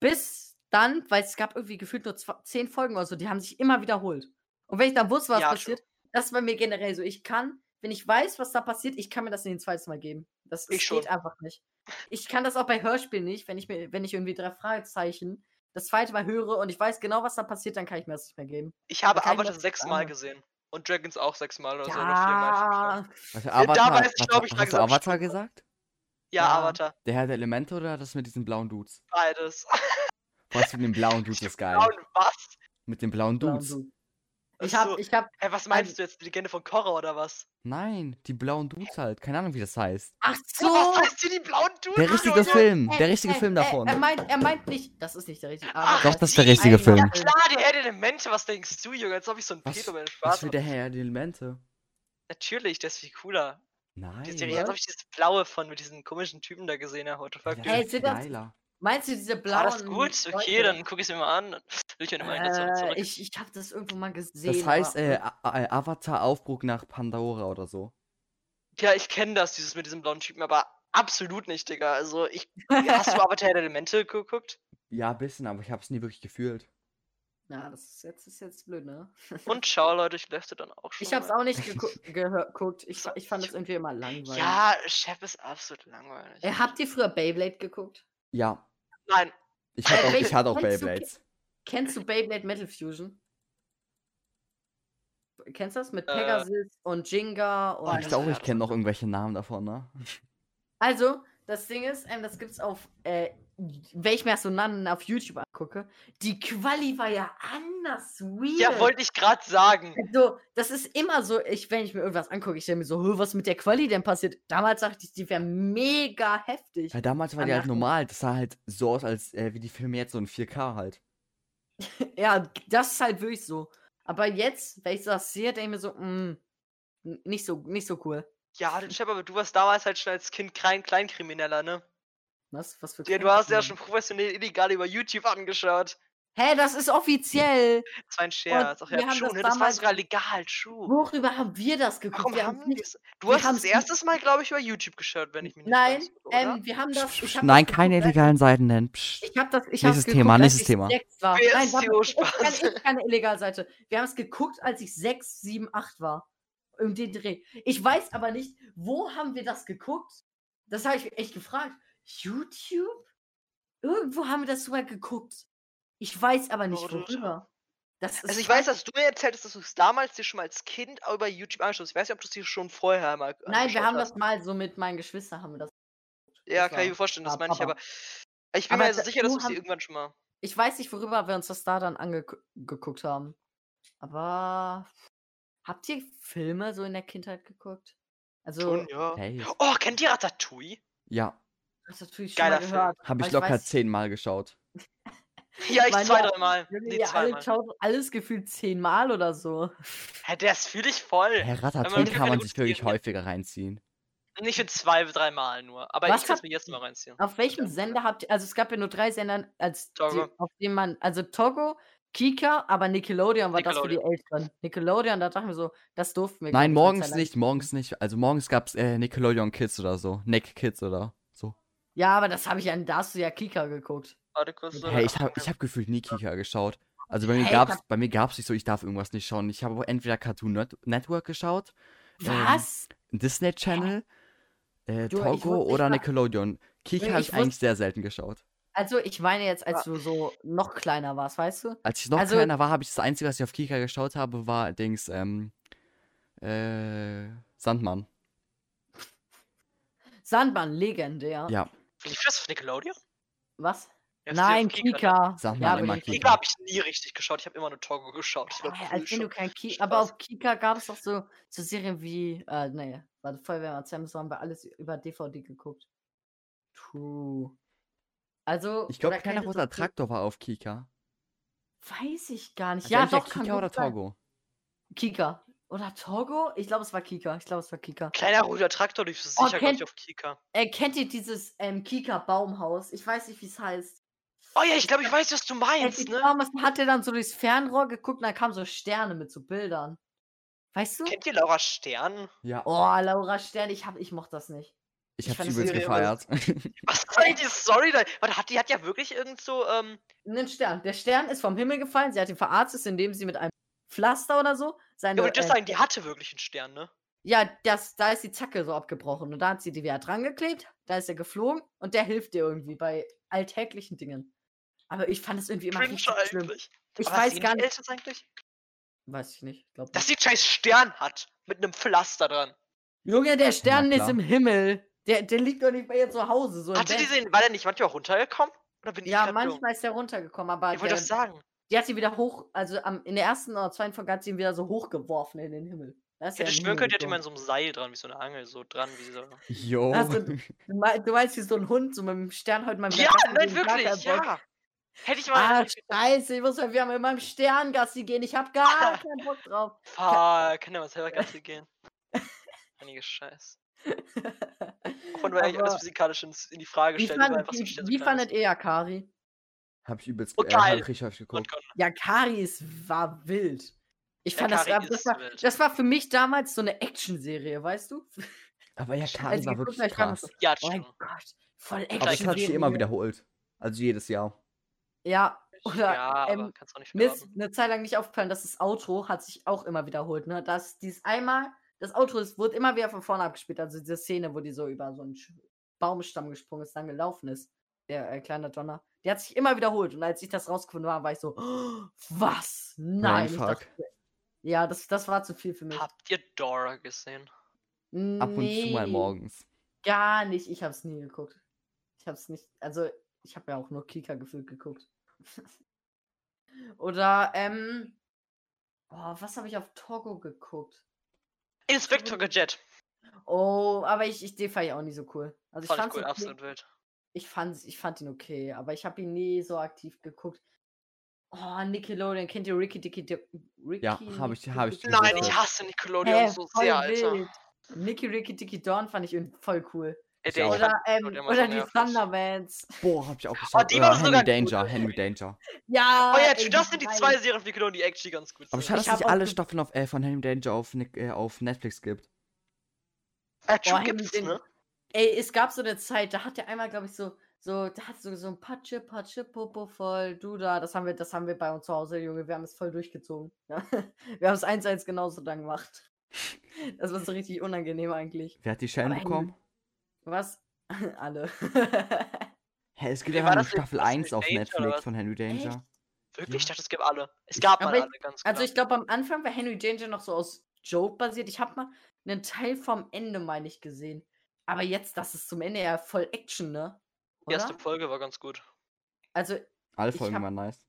Speaker 1: Bis dann, weil es gab irgendwie gefühlt nur zwe- zehn Folgen oder so, die haben sich immer wiederholt. Und wenn ich dann wusste, was
Speaker 3: Ja,
Speaker 1: passiert, das war mir generell so. Ich kann, wenn ich weiß, was da passiert, ich kann mir das nicht ein zweites Mal geben. Das
Speaker 3: Ich
Speaker 1: das geht
Speaker 3: schon.
Speaker 1: einfach nicht. Ich kann das auch bei Hörspielen nicht, wenn ich mir, wenn ich irgendwie drei Fragezeichen das zweite Mal höre und ich weiß genau, was da passiert, dann kann ich mir das nicht mehr geben.
Speaker 3: Ich habe
Speaker 1: kann ich mir
Speaker 3: Avatar
Speaker 1: das
Speaker 3: sechsmal
Speaker 1: sagen.
Speaker 3: gesehen. Und Dragons auch sechsmal oder so. Oder viermal. fünfmal.
Speaker 1: Ja,
Speaker 2: Also
Speaker 3: da
Speaker 2: Avatar,
Speaker 3: weiß ich,
Speaker 2: was-
Speaker 3: glaub ich,
Speaker 2: hast du
Speaker 3: langsam
Speaker 2: Avatar
Speaker 3: schon.
Speaker 2: gesagt?
Speaker 3: Ja,
Speaker 1: Ja.
Speaker 3: Avatar.
Speaker 2: Der Herr der Elemente oder das mit diesen blauen Dudes?
Speaker 3: Beides.
Speaker 2: Was mit dem blauen Dudes ist geil.
Speaker 3: Blauen was?
Speaker 2: Mit den blauen
Speaker 1: blauen
Speaker 2: Dudes.
Speaker 1: Dude. Ich habe,
Speaker 3: Achso.
Speaker 1: ich habe,
Speaker 3: Hä, was meinst du jetzt? Die Legende von Korra oder was?
Speaker 2: Nein, die blauen Dudes halt. Keine Ahnung, wie das heißt.
Speaker 1: ach
Speaker 3: Ja,
Speaker 1: so,
Speaker 3: Was heißt hier die blauen
Speaker 1: Hm,
Speaker 3: Dudes?
Speaker 2: Der richtige
Speaker 3: Junge?
Speaker 2: Film,
Speaker 1: Äh,
Speaker 2: der richtige
Speaker 1: äh,
Speaker 2: Film
Speaker 1: äh,
Speaker 2: davon.
Speaker 1: Er meint, er meint nicht. Das ist nicht der richtige.
Speaker 3: Ach,
Speaker 2: Doch, das ist der
Speaker 3: die-
Speaker 2: richtige
Speaker 1: Eigener
Speaker 2: Film.
Speaker 1: Film.
Speaker 3: Klar, der Herr der Elemente, was denkst du, Junge? Als ob ich so ein
Speaker 2: Was-
Speaker 3: Pedo bin. Spaß.
Speaker 2: Was will der Herr der Elemente?
Speaker 3: Natürlich, der ist viel cooler. Die Serie,
Speaker 2: Nein.
Speaker 3: als ob ich dieses Blaue von mit diesen komischen Typen da gesehen habe. What the fuck,
Speaker 2: Ja,
Speaker 1: Ey,
Speaker 3: dude?
Speaker 2: ist
Speaker 1: sind das-
Speaker 2: geiler.
Speaker 1: Meinst du diese blauen?
Speaker 3: War Ah, das gut? Okay,
Speaker 1: Leute?
Speaker 3: dann guck ich es mir mal an. Will ich mir mal äh,
Speaker 1: Äh,
Speaker 3: zurück.
Speaker 1: ich ich habe das irgendwo mal gesehen.
Speaker 2: Das heißt,
Speaker 1: aber-
Speaker 2: äh, A- A- Avatar Aufbruch nach Pandora oder so.
Speaker 3: Ja, ich kenne das, dieses mit diesem blauen Typen, aber absolut nicht, Digga. Also, ich. Hast du Avatar der Elemente geguckt?
Speaker 2: Ja, ein bisschen, aber ich hab's nie wirklich gefühlt.
Speaker 1: Ja, das ist jetzt, ist jetzt blöd, ne?
Speaker 3: Und schau, Leute, ich löffte dann auch schon.
Speaker 1: Ich hab's
Speaker 3: mal.
Speaker 1: auch nicht geguckt. Gehör, ich,
Speaker 3: So,
Speaker 1: ich fand
Speaker 3: ich-
Speaker 1: das irgendwie immer langweilig.
Speaker 3: Ja, Chef ist absolut langweilig.
Speaker 1: Äh, Habt ihr früher Beyblade geguckt?
Speaker 2: Ja,
Speaker 3: Nein,
Speaker 2: ich hatte auch,
Speaker 1: Welche-
Speaker 2: ich hatte auch
Speaker 1: welche-
Speaker 2: Beyblades.
Speaker 1: Kennst du Beyblade Metal Fusion? Kennst du das? Mit
Speaker 3: Äh. Oh,
Speaker 1: Pegasus und Jenga und.
Speaker 3: Boah,
Speaker 2: ich
Speaker 3: das
Speaker 2: glaube,
Speaker 3: wär
Speaker 2: ich kenne noch irgendwelche Namen davon, ne?
Speaker 1: Also, das Ding ist, ähm, das gibt's auf, äh, wenn ich mir das so nan auf YouTube angucke, die Quali war ja anders weird.
Speaker 3: ja, wollte ich gerade sagen.
Speaker 1: Also, das ist immer so, ich, wenn ich mir irgendwas angucke, ich denke mir so, "Hö, was mit der Quali denn passiert? Damals dachte ich, die wäre mega heftig.
Speaker 2: Weil damals war die
Speaker 1: Am
Speaker 2: halt
Speaker 1: Lachen.
Speaker 2: normal. Das sah halt so aus, als äh, wie die Filme jetzt so in 4K halt.
Speaker 1: Ja, das ist halt wirklich so. Aber jetzt, wenn ich das sehe, denke ich mir so, mm, n- nicht so, nicht so cool.
Speaker 3: Ja, den Chef, aber du warst damals halt schon als Kind kein Kleinkrimineller, ne?
Speaker 1: Was, was für
Speaker 3: Ja, du hast ja
Speaker 1: Quatsch,
Speaker 3: schon
Speaker 1: Mann.
Speaker 3: professionell illegal über YouTube angeschaut.
Speaker 1: Hä, das ist offiziell.
Speaker 3: Das war ein Scherz. Ach
Speaker 1: wir
Speaker 3: ja,
Speaker 1: haben
Speaker 3: true,
Speaker 1: das
Speaker 3: ne? Das war
Speaker 1: damals-
Speaker 3: sogar legal, true.
Speaker 1: Worüber haben wir das geguckt?
Speaker 3: Warum
Speaker 1: wir
Speaker 3: haben
Speaker 1: haben's
Speaker 3: wir
Speaker 1: nicht-
Speaker 3: es? Du
Speaker 1: wir
Speaker 3: hast das
Speaker 1: haben's nicht-
Speaker 3: erste Mal, glaube ich, über YouTube geschaut, wenn ich mich nicht
Speaker 1: Nein,
Speaker 3: ganz irre, oder?
Speaker 1: ähm, wir haben das. Ich hab
Speaker 2: Nein,
Speaker 1: das
Speaker 2: keine
Speaker 1: geguckt, als-
Speaker 2: illegalen Seiten nennen. Psst.
Speaker 1: Ich habe das. Ich
Speaker 2: Nächstes
Speaker 1: hab's geguckt,
Speaker 2: Thema,
Speaker 1: als
Speaker 2: nächstes
Speaker 1: ich
Speaker 2: Thema.
Speaker 1: Sechs war.
Speaker 3: Wer
Speaker 1: Nein,
Speaker 3: ist
Speaker 1: warte,
Speaker 3: hier
Speaker 1: ich kann
Speaker 3: Spaß?
Speaker 1: ich keine Illegalseite. Wir haben es geguckt, als ich sechs, sieben, acht war. Um den Dreh. Ich weiß aber nicht, wo haben wir das geguckt? Das habe ich mich echt gefragt. YouTube? Irgendwo haben wir das sogar geguckt. Ich weiß aber nicht,
Speaker 3: Oder-
Speaker 1: worüber. Das ist
Speaker 3: Also ich weiß, dass du mir erzählt hast, dass du es damals dir schon mal als Kind über YouTube angeschaut hast. Ich weiß nicht, ob du es dir schon vorher mal
Speaker 1: Nein, wir
Speaker 3: angeschaut
Speaker 1: haben
Speaker 3: hast.
Speaker 1: das mal so mit meinen Geschwistern haben wir das.
Speaker 3: Ja,
Speaker 1: das
Speaker 3: kann ich
Speaker 1: war-
Speaker 3: mir vorstellen, das
Speaker 1: war
Speaker 3: meine ich,
Speaker 1: Papa.
Speaker 3: aber ich bin
Speaker 1: Aber
Speaker 3: mir also
Speaker 1: da-
Speaker 3: sicher, dass
Speaker 1: du
Speaker 3: du es dir
Speaker 1: haben-
Speaker 3: irgendwann schon mal.
Speaker 1: Ich weiß nicht, worüber wir uns das da dann angeguckt haben. Aber habt ihr Filme so in der Kindheit geguckt? Also,
Speaker 3: Schon, ja.
Speaker 2: Hey.
Speaker 3: Oh, kennt ihr Ratatouille?
Speaker 2: Ja,
Speaker 1: das hab ich schon mal
Speaker 3: Geiler Film.
Speaker 1: gehört.
Speaker 2: habe
Speaker 1: aber
Speaker 2: ich locker
Speaker 1: weiß-
Speaker 2: zehnmal geschaut.
Speaker 3: Ja, ich
Speaker 1: Meine-
Speaker 3: zwei, dreimal.
Speaker 1: Junge,
Speaker 3: Nee,
Speaker 1: ihr alle
Speaker 3: zweimal.
Speaker 1: schaut alles gefühlt zehnmal oder so.
Speaker 3: Hä, das fühle ich voll.
Speaker 2: Herr Ratatouille
Speaker 3: wir
Speaker 2: kann
Speaker 3: können
Speaker 2: man
Speaker 3: gut
Speaker 2: sich wirklich
Speaker 3: spielen.
Speaker 2: häufiger reinziehen.
Speaker 3: Nicht für zwei, dreimal nur. Aber
Speaker 1: Was Oh.
Speaker 3: ich kann es
Speaker 1: habt-
Speaker 3: mir jetzt mal reinziehen.
Speaker 1: Auf welchem Sender habt ihr, also es gab ja nur drei Sender, als die,
Speaker 3: Togo.
Speaker 1: auf denen man, also Togo, Kika, aber Nickelodeon war das für die Eltern. Nickelodeon, da dachten wir so, das durften wir. glaub ich,
Speaker 2: Nein,
Speaker 1: eine Zeit
Speaker 2: morgens
Speaker 1: lang.
Speaker 2: nicht, morgens nicht. Also morgens gab's äh, Nickelodeon Kids oder so. Nick Kids oder so.
Speaker 1: Ja, aber das habe ich ja, da hast du ja Kika geguckt.
Speaker 3: Warte kurz.
Speaker 1: Ja,
Speaker 2: Hey, ich habe ich hab gefühlt nie Kika geschaut. Also bei mir
Speaker 1: Hey,
Speaker 2: gab's,
Speaker 1: hab-
Speaker 2: bei mir gab's nicht so, ich darf irgendwas nicht schauen. Ich habe entweder Cartoon Net Network geschaut, Ähm,
Speaker 1: Was?
Speaker 2: Disney Channel, äh,
Speaker 1: Du, ich
Speaker 2: Togo
Speaker 1: wusste nicht
Speaker 2: oder
Speaker 1: mal-
Speaker 2: Nickelodeon. Kika
Speaker 1: Junge,
Speaker 2: habe
Speaker 1: ich
Speaker 2: ich eigentlich sehr selten geschaut.
Speaker 1: Also ich meine jetzt, als du so noch kleiner warst, weißt du?
Speaker 2: Als ich noch
Speaker 1: Also-
Speaker 2: kleiner war, habe ich das Einzige, was ich auf Kika geschaut habe, war Dings, ähm, äh, Sandmann.
Speaker 1: Sandmann, legendär.
Speaker 2: Ja,
Speaker 3: Lief das auf Nickelodeon?
Speaker 1: was?
Speaker 3: Ja, das eh lief auf
Speaker 1: Nein,
Speaker 3: Kika.
Speaker 1: Kika.
Speaker 2: Sandmann
Speaker 1: Ja, aber
Speaker 2: immer
Speaker 1: die-
Speaker 2: Kika.
Speaker 3: Kika habe ich nie richtig geschaut. Ich habe immer nur Togo geschaut. Ich glaub,
Speaker 1: Hä,
Speaker 3: früh
Speaker 1: als wenn du
Speaker 3: schon.
Speaker 1: kein Kika.
Speaker 3: Spaß.
Speaker 1: Aber auf Kika gab es doch so, so Serien wie, äh, nee, warte, Feuerwehrmann Sam, so haben wir alles über DVD geguckt. True. Also,
Speaker 2: ich glaube,
Speaker 1: oder
Speaker 2: kleiner
Speaker 1: kennt ihr
Speaker 2: roter
Speaker 1: so-
Speaker 2: Traktor war auf Kika.
Speaker 1: Weiß ich gar nicht.
Speaker 2: Also
Speaker 1: ja,
Speaker 2: entweder
Speaker 1: doch, kann
Speaker 2: Kika
Speaker 1: gut
Speaker 2: oder
Speaker 1: sein.
Speaker 2: Togo.
Speaker 1: Kika. Oder Togo? Ich glaube, es war Kika. Ich glaube, es war Kika.
Speaker 3: Kleiner roter Traktor lief
Speaker 1: Oh,
Speaker 3: sicher, glaube
Speaker 1: kennt-
Speaker 3: ich, auf Kika.
Speaker 1: Äh, kennt ihr dieses ähm, Kika-Baumhaus? Ich weiß nicht, wie es heißt.
Speaker 3: Oh ja, ich glaube, ich weiß, was du
Speaker 1: Äh,
Speaker 3: meinst,
Speaker 1: die
Speaker 3: ne?
Speaker 1: Thomas hat er dann so durchs Fernrohr geguckt und dann kamen so Sterne mit so Bildern. Weißt du?
Speaker 3: Kennt ihr Laura Stern?
Speaker 2: Ja,
Speaker 1: Oh, Laura Stern, ich, hab, ich mochte das nicht.
Speaker 2: ich
Speaker 1: ich
Speaker 2: habe
Speaker 1: fand
Speaker 2: es
Speaker 1: die
Speaker 2: übelst
Speaker 3: Serie
Speaker 2: gefeiert.
Speaker 3: Was war denn die Story da? Warte, hat, die hat ja wirklich irgend so, ähm,
Speaker 1: Einen Stern. Der Stern ist vom Himmel gefallen. Sie hat ihn verarztet, indem sie mit einem Pflaster oder so
Speaker 3: ja,
Speaker 1: seine.
Speaker 3: aber ich würde
Speaker 1: äh,
Speaker 3: sagen, die hatte wirklich einen Stern, ne?
Speaker 1: ja, das, da ist die Zacke so abgebrochen. Und da hat sie die wieder dran geklebt. Da ist er geflogen und der hilft dir irgendwie bei alltäglichen Dingen. Aber ich fand es irgendwie immer
Speaker 3: Cringe halt.
Speaker 1: richtig schlimm.
Speaker 3: eigentlich.
Speaker 1: Ich
Speaker 3: Aber
Speaker 1: weiß
Speaker 3: sehen
Speaker 1: gar
Speaker 3: die
Speaker 1: nicht.
Speaker 3: Eltern das eigentlich?
Speaker 1: Weiß ich nicht. Glaub
Speaker 3: Dass
Speaker 1: nicht.
Speaker 3: sie einen scheiß Stern hat. Mit einem Pflaster dran.
Speaker 1: Junge, der Stern ist
Speaker 2: klar.
Speaker 1: im Himmel. Der, der liegt doch nicht bei ihr zu Hause. So im
Speaker 3: Hatte die
Speaker 1: Bett.
Speaker 3: den, war der nicht manchmal runtergekommen? Oder bin ich
Speaker 1: Ja,
Speaker 3: grad dumm?
Speaker 1: manchmal ist der runtergekommen, aber
Speaker 3: Ich wollte
Speaker 1: der,
Speaker 3: doch sagen.
Speaker 1: die hat sie wieder hoch, also am, in der ersten oder zweiten Folge hat sie ihn wieder so hochgeworfen in den Himmel. Da ist er
Speaker 3: Ich hätte
Speaker 1: in den
Speaker 3: schwören
Speaker 1: Himmel
Speaker 3: können, die hat immer
Speaker 1: geflogen.
Speaker 3: in so einem Seil dran, wie so eine Angel, so dran, wie so.
Speaker 2: Jo.
Speaker 1: Also,
Speaker 2: Oh.
Speaker 1: Du mei- du meinst wie so ein Hund, so mit dem Stern heute mal wieder
Speaker 3: Ja,
Speaker 1: Gassi
Speaker 3: nein,
Speaker 1: gehen, Blatter
Speaker 3: wirklich,
Speaker 1: im Bock.
Speaker 3: ja. Hätte ich mal.
Speaker 1: Ah, scheiße, ich muss mal wieder mit meinem Stern Gassi gehen. Ich hab gar keinen Bock drauf.
Speaker 3: Fuck, kann der mal selber Gassi gehen. Einiges Scheiß. Und wir eigentlich alles
Speaker 1: Aber
Speaker 3: physikalisch ins- in die Frage
Speaker 1: wie
Speaker 3: stellen, weil
Speaker 1: fand,
Speaker 3: einfach so
Speaker 1: wie,
Speaker 3: schnell so
Speaker 1: wie
Speaker 3: klein
Speaker 1: fandet ihr Yakari?
Speaker 2: Habe ich übelst,
Speaker 3: Oh,
Speaker 2: äh, hab
Speaker 3: geil.
Speaker 2: ich richtig häufig
Speaker 3: ist. Und
Speaker 2: geguckt.
Speaker 3: Gott,
Speaker 1: Yakari ist, war wild. Ich fand das,
Speaker 3: Yakari
Speaker 1: das,
Speaker 3: ist
Speaker 1: war,
Speaker 3: wild.
Speaker 1: das war für mich damals so eine Actionserie, weißt du?
Speaker 2: Aber ja, Kari
Speaker 1: Also ich
Speaker 2: war
Speaker 1: geguckt hab, ich
Speaker 2: wirklich
Speaker 1: war noch
Speaker 2: krass.
Speaker 1: so, Oh
Speaker 3: Ja, das
Speaker 1: mein
Speaker 3: stimmt.
Speaker 1: Gott, voll
Speaker 2: Aber das hat sie
Speaker 1: Action.
Speaker 2: immer wiederholt. Also jedes Jahr.
Speaker 1: Ja, Oder,
Speaker 3: ja, aber
Speaker 1: ähm,
Speaker 3: kannst auch nicht
Speaker 1: Mir ist
Speaker 3: verraten.
Speaker 1: eine Zeit lang nicht aufgefallen, dass das Outro hat sich auch immer wiederholt, ne? Dass dies einmal, das Outro ist, wurde immer wieder von vorne abgespielt. Also diese Szene, wo die so über so einen Sch- Baumstamm gesprungen ist, dann gelaufen ist. Der äh, kleine Donner. Die hat sich immer wiederholt. Und als ich das rausgefunden habe, war ich so, "Oh, was? Nein. Ich
Speaker 2: Brainfuck.
Speaker 1: dachte, ja, das, das war zu viel für mich.
Speaker 3: Habt ihr Dora gesehen?
Speaker 2: Ab und zu
Speaker 1: Nee,
Speaker 2: mal morgens.
Speaker 1: Gar nicht. Ich hab's nie geguckt. Ich hab's nicht. Also, ich habe ja auch nur Kika gefühlt geguckt. Oder, ähm. Oh, was habe ich auf Togo geguckt?
Speaker 3: Inspector Gadget.
Speaker 1: Oh, aber ich, ich den fand ich auch nie so cool. Also ich
Speaker 3: Fand ich
Speaker 1: fand's
Speaker 3: cool,
Speaker 1: okay.
Speaker 3: absolut wild.
Speaker 1: Ich fand's, ich fand ihn okay, aber ich habe ihn nie so aktiv geguckt. Oh, Nickelodeon, kennt ihr Ricky Dicky Dick? Ricky,
Speaker 2: Ja, hab ich-
Speaker 1: Nicky
Speaker 2: hab ich
Speaker 1: Dicky
Speaker 2: gesehen.
Speaker 3: Nein,
Speaker 1: Dawn?
Speaker 3: ich
Speaker 2: Leute.
Speaker 3: hasse Nickelodeon
Speaker 1: Hä,
Speaker 3: so
Speaker 1: voll
Speaker 3: sehr, Alter.
Speaker 1: wild. Nicky Ricky Dicky Dawn fand ich irgendwie voll cool.
Speaker 3: Ey,
Speaker 2: Ja,
Speaker 3: der, ich
Speaker 2: auch.
Speaker 1: oder
Speaker 3: fand,
Speaker 1: ähm,
Speaker 3: Nickelodeon immer
Speaker 1: oder
Speaker 3: so
Speaker 1: die
Speaker 3: nervig.
Speaker 1: Thundermans.
Speaker 2: Boah, hab ich
Speaker 1: Oh,
Speaker 2: auch geschaut.
Speaker 3: die
Speaker 2: Oder
Speaker 3: war sogar
Speaker 2: Henry
Speaker 3: gut.
Speaker 2: Danger, Henry Danger.
Speaker 1: Ja.
Speaker 3: oh ja,
Speaker 1: ey,
Speaker 3: das sind die
Speaker 1: drei.
Speaker 3: zwei Serien von Nickelodeon, die actually ganz gut
Speaker 2: Aber
Speaker 3: sind.
Speaker 2: schade, dass
Speaker 1: Ich hab
Speaker 2: es nicht
Speaker 1: auch
Speaker 2: alle
Speaker 1: ge-
Speaker 2: Staffeln auf, äh, von Henry Danger auf, Nick- äh, auf Netflix gibt.
Speaker 1: Boah,
Speaker 3: Actually
Speaker 1: Henry
Speaker 3: gibt's,
Speaker 1: Danger.
Speaker 3: ne?
Speaker 1: Ey, es gab so eine Zeit, da hat er einmal, glaube ich, so, so, da hat so, so ein Patsche, Patsche, Popo voll, du da. Das haben wir, das haben wir bei uns zu Hause, Junge. Wir haben es voll durchgezogen. Ja. Wir haben es eins eins genauso dann gemacht. Das war so richtig unangenehm eigentlich.
Speaker 2: Wer hat die Schellen
Speaker 1: Aber Henry-
Speaker 2: bekommen?
Speaker 1: Was? Alle.
Speaker 2: Hä, es gibt
Speaker 3: Wie
Speaker 2: ja
Speaker 3: war
Speaker 2: nur
Speaker 3: das denn?
Speaker 2: Staffel
Speaker 3: Was ist
Speaker 2: 1
Speaker 3: mit
Speaker 2: auf
Speaker 3: Danger oder
Speaker 2: Netflix
Speaker 3: was?
Speaker 2: von Henry Danger.
Speaker 3: Wirklich? Ich
Speaker 2: Ja.
Speaker 3: dachte, es gäbe alle. Es gab mal
Speaker 1: Aber ich-
Speaker 3: alle, ganz klar.
Speaker 1: Also ich glaube, am Anfang war Henry Danger noch so aus Joke basiert. Ich habe mal einen Teil vom Ende, meine ich, gesehen. Aber jetzt, das ist zum Ende ja voll Action, ne?
Speaker 3: die erste
Speaker 1: Oder?
Speaker 3: Folge war ganz gut.
Speaker 1: Also,
Speaker 2: Alle
Speaker 1: Ich
Speaker 2: Folgen
Speaker 1: hab-
Speaker 2: waren nice.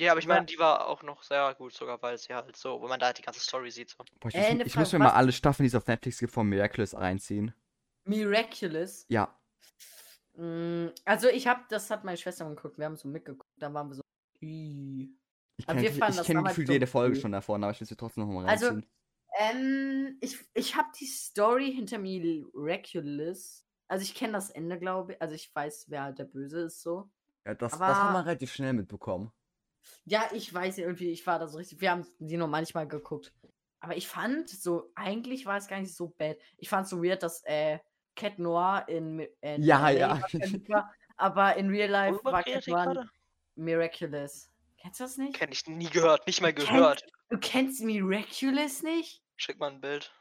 Speaker 3: Ja, aber ich
Speaker 1: Ja.
Speaker 3: meine, die war auch noch sehr gut, sogar weil sie halt so, wenn man da halt die ganze Story sieht. So.
Speaker 2: Boah, ich,
Speaker 1: Äh, eine
Speaker 2: muss, ich muss
Speaker 1: Frage,
Speaker 2: mir mal
Speaker 1: was-
Speaker 2: alle Staffeln, die es auf Netflix gibt, von Miraculous reinziehen.
Speaker 1: Miraculous.
Speaker 2: Ja,
Speaker 1: Mm, Also ich habe, das hat meine Schwester geguckt, wir haben so mitgeguckt, dann waren wir so. "Ih."
Speaker 2: ich
Speaker 1: Aber
Speaker 2: kenne
Speaker 1: wir fanden
Speaker 2: ich
Speaker 1: das
Speaker 2: kenn
Speaker 1: damals
Speaker 2: gefühlt
Speaker 1: so
Speaker 2: jede Folge
Speaker 1: cool.
Speaker 2: schon davon, aber ich will sie trotzdem nochmal
Speaker 1: Also,
Speaker 2: reinziehen.
Speaker 1: Ähm, ich ich habe die Story hinter Miraculous. Also ich kenne das Ende, glaube ich. Also ich weiß, wer halt der Böse ist so.
Speaker 2: ja, das, das
Speaker 1: aber-
Speaker 2: hat man relativ schnell mitbekommen.
Speaker 1: Ja, ich weiß ja irgendwie, ich war da so richtig. Wir haben die nur manchmal geguckt. Aber ich fand so, eigentlich war es gar nicht so bad. Ich fand so weird, dass äh, Cat Noir in. Mi- in
Speaker 2: Ja,
Speaker 1: LA
Speaker 2: ja.
Speaker 1: war kein Luca, aber in real life
Speaker 3: Worüber
Speaker 1: war
Speaker 3: redet
Speaker 1: Cat
Speaker 3: ihr
Speaker 1: Noir
Speaker 3: gerade?
Speaker 1: Miraculous. Kennst du das nicht?
Speaker 3: Kenn ich nie gehört, nicht mal
Speaker 1: Du
Speaker 3: gehört.
Speaker 1: Du kennst Miraculous nicht?
Speaker 3: Schick mal ein Bild.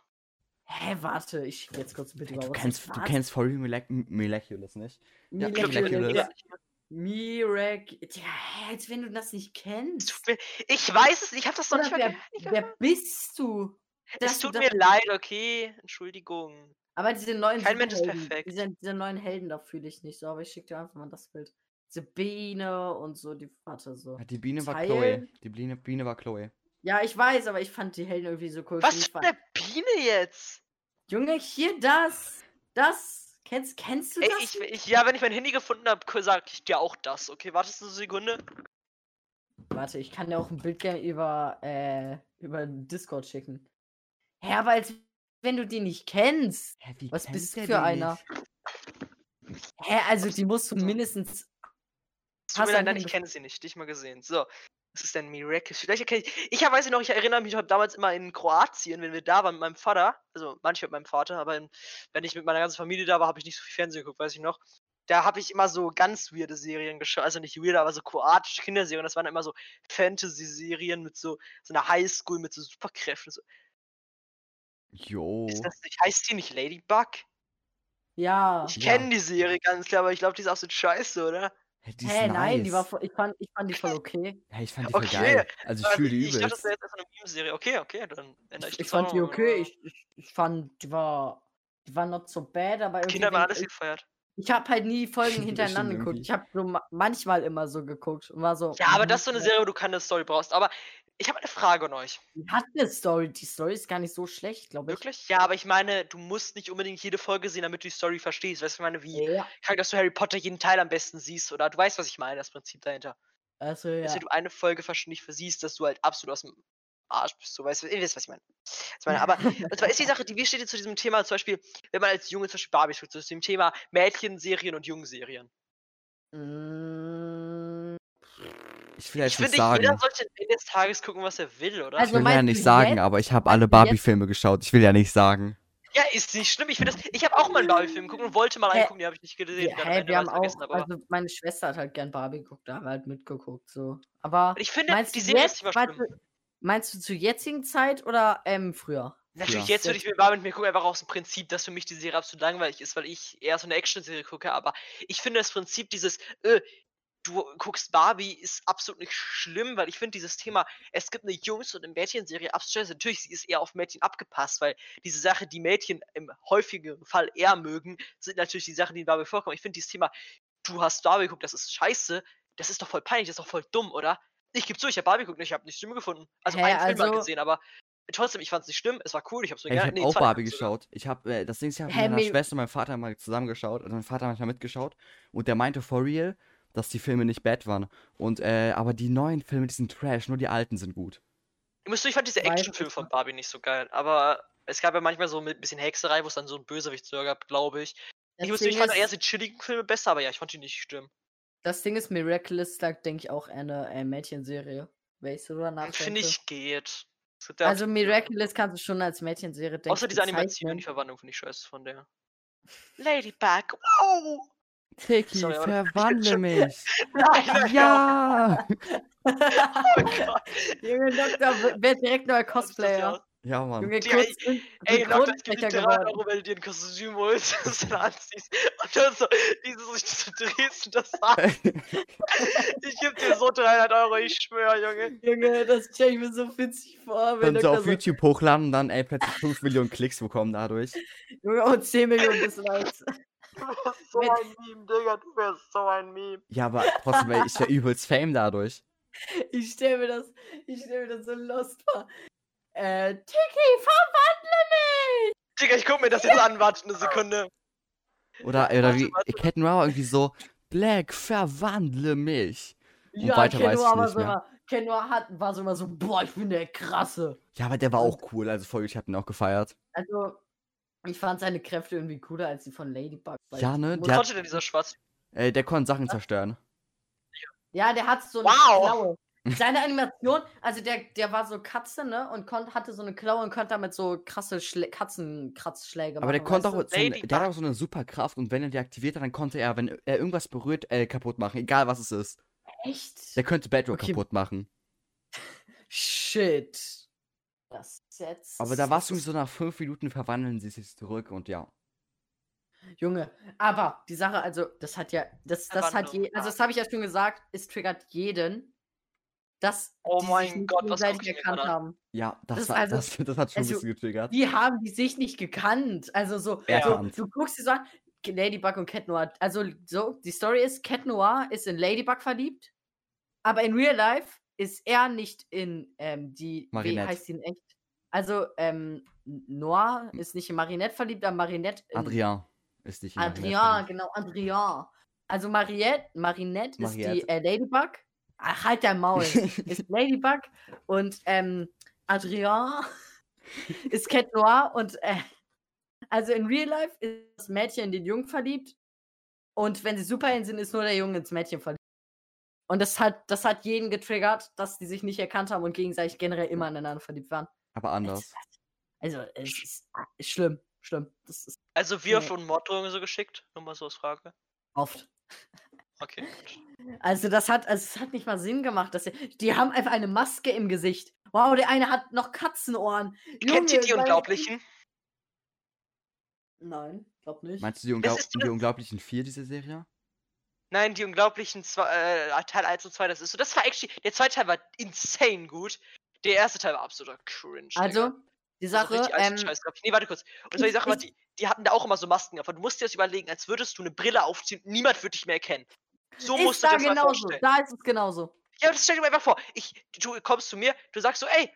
Speaker 1: Hä, warte, ich schick jetzt kurz ein Bild
Speaker 2: Ey,
Speaker 1: über
Speaker 2: du,
Speaker 1: WhatsApp.
Speaker 2: kennst, du
Speaker 1: Was?
Speaker 2: kennst For Real Mirac- Miraculous nicht? ja,
Speaker 3: Ich glaub, ich kenn
Speaker 2: Miraculous.
Speaker 3: die
Speaker 1: Miraculous.
Speaker 3: nicht mehr.
Speaker 1: Mirac. Ja, hä, als wenn du das nicht
Speaker 3: Es
Speaker 1: kennst.
Speaker 3: tut mir- Ich weiß es, nicht, ich habe das noch nicht
Speaker 1: Oder
Speaker 3: mal
Speaker 1: wer,
Speaker 3: gehört.
Speaker 1: wer bist du? dass
Speaker 3: Es
Speaker 1: du
Speaker 3: tut
Speaker 1: das
Speaker 3: mir
Speaker 1: nicht
Speaker 3: leid, okay? Entschuldigung.
Speaker 1: Aber diese neuen
Speaker 3: Kein Mensch ist
Speaker 1: Superhelden,
Speaker 3: perfekt.
Speaker 1: Diese, diese neuen Helden, da fühle ich nicht so, aber ich schicke dir einfach mal das Bild. Diese Biene und so, die Warte so.
Speaker 2: Ja, Die Biene war
Speaker 1: Teilen?
Speaker 2: Chloe. Die Biene, Biene war Chloe.
Speaker 1: Ja, ich weiß, aber ich fand die Helden irgendwie so cool.
Speaker 3: Was
Speaker 1: ich
Speaker 3: für
Speaker 1: war-
Speaker 3: eine Biene jetzt?
Speaker 1: Junge, hier das! Das! Kennst, kennst du
Speaker 3: Ey,
Speaker 1: das?
Speaker 3: ich, ich, ja, wenn ich mein Handy gefunden habe, sag ich dir auch das. Okay, wartest du eine Sekunde?
Speaker 1: Warte, ich kann dir auch ein Bild gerne über, äh, über Discord schicken. Hä, aber als wenn du die nicht kennst.
Speaker 2: Hä, wie
Speaker 1: Was
Speaker 2: kennt
Speaker 1: bist
Speaker 2: der
Speaker 1: für
Speaker 2: den
Speaker 1: einer?
Speaker 2: nicht?
Speaker 1: Hä, also die musst du mindestens Hast
Speaker 3: Es Tut mir
Speaker 1: du noch
Speaker 3: leid, nein,
Speaker 1: nie
Speaker 3: ich
Speaker 1: gef-
Speaker 3: kenne sie nicht, nicht mal gesehen. So, das ist ein Miracle. Vielleicht erkenne ich. Ich hab- weiß ich noch, ich erinnere mich, ich habe damals immer in Kroatien, wenn wir da waren mit meinem Vater, also manchmal mit meinem Vater, aber in, wenn ich mit meiner ganzen Familie da war, habe ich nicht so viel Fernsehen geguckt, weiß ich noch. Da habe ich immer so ganz weirde Serien geschaut, also nicht weird, aber so kroatische Kinderserien. Das waren immer so Fantasy-Serien mit so, so einer Highschool mit so Superkräften. So,
Speaker 2: Jo.
Speaker 3: ist das nicht, heißt die nicht Ladybug?
Speaker 1: Ja.
Speaker 3: Ich
Speaker 2: Ja.
Speaker 3: kenne die Serie ganz klar, aber ich glaube, die ist absolut scheiße, oder?
Speaker 2: Hä, die
Speaker 1: Hä,
Speaker 2: ist
Speaker 1: nein, die war
Speaker 2: nice.
Speaker 1: voll, ich, fand, ich fand die voll okay.
Speaker 2: Hä, ich fand die voll
Speaker 3: Okay,
Speaker 2: geil. Also ich
Speaker 3: Also,
Speaker 2: fühle die
Speaker 3: ich dachte, das
Speaker 2: übelst.
Speaker 3: wäre jetzt erst eine Meme-Serie. Okay, okay, dann ändere ich
Speaker 1: Ich,
Speaker 3: das
Speaker 1: ich
Speaker 3: auch
Speaker 1: fand die
Speaker 3: nochmal.
Speaker 1: okay. Ich, ich, ich fand, die war, die war not so bad, aber irgendwie.
Speaker 3: Kinder haben
Speaker 1: wenn-
Speaker 3: alles gefeiert.
Speaker 1: ich habe halt nie Folgen
Speaker 2: stimmt
Speaker 1: hintereinander geguckt.
Speaker 2: irgendwie.
Speaker 1: Ich habe so ma- manchmal immer so geguckt und war so.
Speaker 3: Ja, aber
Speaker 1: mhm,
Speaker 3: das ist so eine
Speaker 1: ja.
Speaker 3: Serie, wo du keine Story brauchst. Aber ich habe eine Frage an euch.
Speaker 1: Die hat eine Story. Die Story ist gar nicht so schlecht, glaube ich.
Speaker 3: Wirklich? Ja, aber ich meine, du musst nicht unbedingt jede Folge sehen, damit du die Story verstehst. Weißt du, ich meine, wie
Speaker 1: Ja,
Speaker 3: krank, dass du Harry Potter jeden Teil am besten siehst, oder? Du weißt, was ich meine, das Prinzip dahinter.
Speaker 1: also ja.
Speaker 3: Dass wenn du eine Folge versch- nicht versiehst, dass du halt absolut aus dem Arsch bist. So, weißt du, ihr wisst, was ich meine. Ich meine aber Und zwar ist die Sache, die, wie steht ihr zu diesem Thema, zum Beispiel, wenn man als Junge zum Beispiel Barbie spielt, zu dem Thema Mädchenserien und Jungserien.
Speaker 1: Mm,
Speaker 2: Ich will jetzt
Speaker 3: Ich
Speaker 2: nicht
Speaker 3: finde,
Speaker 2: sagen.
Speaker 3: jeder sollte am Ende des Tages gucken, was er will, oder?
Speaker 2: Ich
Speaker 1: Also
Speaker 2: will ja
Speaker 1: meinst
Speaker 2: nicht
Speaker 1: du
Speaker 2: sagen,
Speaker 1: jetzt-
Speaker 2: aber ich habe alle
Speaker 1: du jetzt-
Speaker 2: Barbie-Filme geschaut. Ich will ja nicht sagen.
Speaker 3: Ja, ist nicht schlimm. Ich finde das. Ich habe auch mal einen Barbie-Film geguckt und wollte mal
Speaker 1: Hä?
Speaker 3: reingucken, den habe ich nicht
Speaker 1: Ja,
Speaker 3: gesehen. dann am
Speaker 1: hey, wir
Speaker 3: Ende, weil
Speaker 1: haben
Speaker 3: ich's
Speaker 1: auch,
Speaker 3: vergessen habe, aber-
Speaker 1: also meine Schwester hat halt gern Barbie geguckt, da haben wir halt mitgeguckt, so. Aber
Speaker 3: Und ich finde, die
Speaker 1: du
Speaker 3: Serie
Speaker 1: jetzt-
Speaker 3: ist nicht mal
Speaker 1: meinst
Speaker 3: schlimm.
Speaker 1: du- Meinst du zur jetzigen Zeit oder ähm, früher?
Speaker 3: Natürlich,
Speaker 2: Ja.
Speaker 3: jetzt würde ich mir Barbie mit mir gucken, einfach aus dem Prinzip, dass für mich die Serie absolut langweilig ist, weil ich eher so eine Action-Serie gucke, aber ich finde das Prinzip dieses, äh, du guckst Barbie, ist absolut nicht schlimm, weil ich finde dieses Thema, es gibt eine Jungs- und eine Mädchenserie absolut scheiße. Natürlich, sie ist eher auf Mädchen abgepasst, weil diese Sache, die Mädchen im häufigeren Fall eher mögen, sind natürlich die Sachen, die in Barbie vorkommen. Ich finde dieses Thema, du hast Barbie geguckt, das ist scheiße, das ist doch voll peinlich, das ist doch voll dumm, oder? Ich gebe zu, ich habe Barbie geguckt und ich habe nicht schlimm gefunden. Also
Speaker 1: Hä,
Speaker 3: einen Film mal
Speaker 1: also-
Speaker 3: gesehen, aber trotzdem, ich fand es nicht schlimm, es war cool, ich hab's mir
Speaker 2: Ey, ich
Speaker 3: gerne.
Speaker 2: habe
Speaker 3: nee,
Speaker 2: auch
Speaker 3: zwei
Speaker 2: Barbie
Speaker 3: geguckt sogar.
Speaker 2: geschaut. Ich habe äh, das Ding ist, ich habe
Speaker 1: Hä,
Speaker 2: mit meiner
Speaker 1: mir-
Speaker 2: Schwester und meinem Vater mal zusammengeschaut. Also mein Vater hat manchmal mitgeschaut und der meinte for real, dass die Filme nicht bad waren. Und äh, aber die neuen Filme, die sind trash, nur die alten sind gut.
Speaker 3: Ich muss sagen, ich fand diese
Speaker 1: Weiß
Speaker 3: Actionfilme
Speaker 1: ich
Speaker 3: von Barbie nicht so geil, aber es gab ja manchmal so mit ein bisschen Hexerei, wo es dann so einen Bösewicht sogar gab, glaube ich. Ich muss sagen, ich fand eher
Speaker 1: ist,
Speaker 3: so die chilligen Filme besser, aber ja, ich fand die nicht schlimm.
Speaker 1: das Ding ist Miraculous, da denke ich auch eine äh, Mädchenserie. Wenn ich so drüber nachdenke.
Speaker 3: Finde ich geht. Es gibt ja
Speaker 1: also
Speaker 3: absolut schlimme.
Speaker 1: Miraculous kannst du schon als Mädchenserie denken.
Speaker 3: Außer diese Animation und die Verwandlung finde ich scheiße von der. Ladybug, wow!
Speaker 2: Tiki,
Speaker 3: Sorry, aber-
Speaker 2: verwandle mich.
Speaker 3: Nein,
Speaker 2: ja.
Speaker 3: Oh Gott.
Speaker 1: Junge, Doktor w- wird direkt neuer Cosplayer.
Speaker 3: Ja.
Speaker 2: Ja, Mann.
Speaker 1: Junge,
Speaker 3: Die-
Speaker 1: kurz sind
Speaker 3: Ey,
Speaker 1: sind
Speaker 3: Leute, ich gebe dir
Speaker 1: Grundsprecher
Speaker 3: 3
Speaker 1: geworden.
Speaker 3: Euro, wenn du dir ein Kostüm holst, das du dann anziehst. Und dann so, dieses sich so drehst und das sagt, ich gebe dir so 300 Euro, ich schwöre, Junge.
Speaker 1: Junge, das stelle ich mir so witzig vor. Wenn
Speaker 2: Dann so
Speaker 1: Doktor
Speaker 2: auf YouTube hochladen und dann ey, plötzlich 5 Millionen Klicks bekommen dadurch.
Speaker 1: Junge, und 10 Millionen Dislikes.
Speaker 3: Du bist so
Speaker 1: Mit-
Speaker 3: ein Meme, Digga, du bist so ein Meme.
Speaker 2: Ja, aber trotzdem ey, ist ja übelst Fame dadurch.
Speaker 1: Ich stelle mir das, ich stelle mir das so lost vor. Äh, Tiki, verwandle mich!
Speaker 3: Digga, ich guck mir das jetzt an, warte eine Sekunde.
Speaker 2: Oder, oder wie
Speaker 3: Warte, warte.
Speaker 2: Captain Rao irgendwie so Black verwandle mich. Und
Speaker 1: ja,
Speaker 2: weiter weiß
Speaker 1: Kenua
Speaker 2: ich
Speaker 1: war
Speaker 2: nicht
Speaker 1: so
Speaker 2: mehr.
Speaker 1: immer, Kenua hat, war so immer so, boah, ich bin der Krasse.
Speaker 2: Ja, aber der war auch cool, also voll, ich hab ihn auch gefeiert.
Speaker 1: Also, ich fand seine Kräfte irgendwie cooler als die von Ladybug. weil
Speaker 2: Ja,
Speaker 1: ich
Speaker 2: ne,
Speaker 1: muss-
Speaker 2: Der
Speaker 3: Was
Speaker 2: hat-
Speaker 3: konnte denn dieser Schwarz?
Speaker 2: Äh, der konnte Sachen zerstören.
Speaker 1: Ja, der hat so eine
Speaker 3: Wow.
Speaker 1: Klaue. Seine Animation, also der, der war so Katze, ne? Und kon hatte so eine Klaue und konnte damit so krasse Schlä- Katzenkratzschläge machen.
Speaker 2: Aber der konnte auch, so
Speaker 1: weißt du?
Speaker 2: eine,
Speaker 3: Ladybug.
Speaker 2: der hat auch so eine Superkraft und wenn er die aktiviert hat, dann konnte er, wenn er irgendwas berührt, äh, kaputt machen, egal was es ist.
Speaker 1: Echt?
Speaker 2: Der könnte Bedrock
Speaker 1: Okay.
Speaker 2: kaputt machen.
Speaker 1: Shit. Das ist jetzt.
Speaker 2: Aber da warst du so nach fünf Minuten verwandeln sie sich zurück und ja.
Speaker 1: Junge, aber die Sache, also, das hat ja, das, das hat
Speaker 3: Verwandlung,
Speaker 1: je, also
Speaker 3: ja.
Speaker 1: das habe ich ja schon gesagt, es triggert jeden, dass
Speaker 3: Oh
Speaker 1: die sich
Speaker 3: mein
Speaker 1: nicht
Speaker 3: Gott, was guck
Speaker 1: gegenseitig
Speaker 3: ich mir gerade
Speaker 1: gekannt
Speaker 3: an?
Speaker 1: haben.
Speaker 2: Ja, das,
Speaker 1: Das
Speaker 2: war,
Speaker 1: also-
Speaker 2: das, das hat
Speaker 1: also-
Speaker 2: schon ein bisschen getriggert.
Speaker 1: Die haben die sich nicht gekannt. Also so,
Speaker 2: Ja.
Speaker 1: so
Speaker 2: Erkannt.
Speaker 1: du guckst sie so an, K- Ladybug und Cat Noir. Also so, die Story ist, Cat Noir ist in Ladybug verliebt, aber in real life ist er nicht in ähm, die, wie
Speaker 2: Marinette.
Speaker 1: heißt sie in echt? Also ähm, Noir ist nicht in Marinette verliebt, aber Marinette in
Speaker 2: Adrian ist nicht in der
Speaker 1: Adrian,
Speaker 2: Hintergrund.
Speaker 1: genau, Adrian. Also Mariette, Marinette ist die
Speaker 2: Mariette.
Speaker 1: äh, Ladybug. Ach, halt dein Maul. ist Ladybug und ähm, Adrian ist Cat Noir und äh, also in Real Life ist das Mädchen in den Jungen verliebt und wenn sie Superhelden sind, ist nur der Junge ins Mädchen verliebt. Und das hat, das hat jeden getriggert, dass die sich nicht erkannt haben und gegenseitig generell immer ineinander verliebt waren.
Speaker 2: Aber anders.
Speaker 1: Also, es ist, ist schlimm, schlimm. Das ist
Speaker 3: Also wie oft
Speaker 1: Nee.
Speaker 3: wurden Morddrohungen so geschickt? Nur mal so als Frage.
Speaker 1: oft.
Speaker 3: Okay, gut.
Speaker 1: Also das hat, also es hat nicht mal Sinn gemacht, dass sie, die haben einfach eine Maske im Gesicht. Wow, der eine hat noch Katzenohren.
Speaker 3: Kennt
Speaker 1: Junge,
Speaker 3: ihr die
Speaker 1: weil-
Speaker 3: Unglaublichen?
Speaker 1: Nein, glaub nicht.
Speaker 2: Meinst du die,
Speaker 3: Das
Speaker 2: Unglaub
Speaker 3: ist
Speaker 2: die
Speaker 3: das-
Speaker 2: Unglaublichen vier, diese Serie?
Speaker 3: Nein, die Unglaublichen zwei, äh, Teil 1 und 2, das ist so. Das war actually, der zweite Teil war insane gut. Der erste Teil war absoluter Cringe. Digga.
Speaker 1: also die
Speaker 3: Also
Speaker 1: Sache,
Speaker 3: richtig
Speaker 1: ähm,
Speaker 3: ähm, Scheiß, glaub ich. Nee, warte kurz. Und zwar die
Speaker 1: ich-
Speaker 3: Sache war,
Speaker 1: ich-
Speaker 3: die, die hatten da auch immer so Masken auf. Und du musst dir das überlegen, als würdest du eine Brille aufziehen und niemand würde dich mehr erkennen. So
Speaker 1: ist
Speaker 3: musst du
Speaker 1: da
Speaker 3: dir das mal
Speaker 1: genauso.
Speaker 3: vorstellen.
Speaker 1: Da ist es genauso.
Speaker 3: Ja, aber das stell dir mal einfach vor. Ich, du kommst zu mir, du sagst so, ey,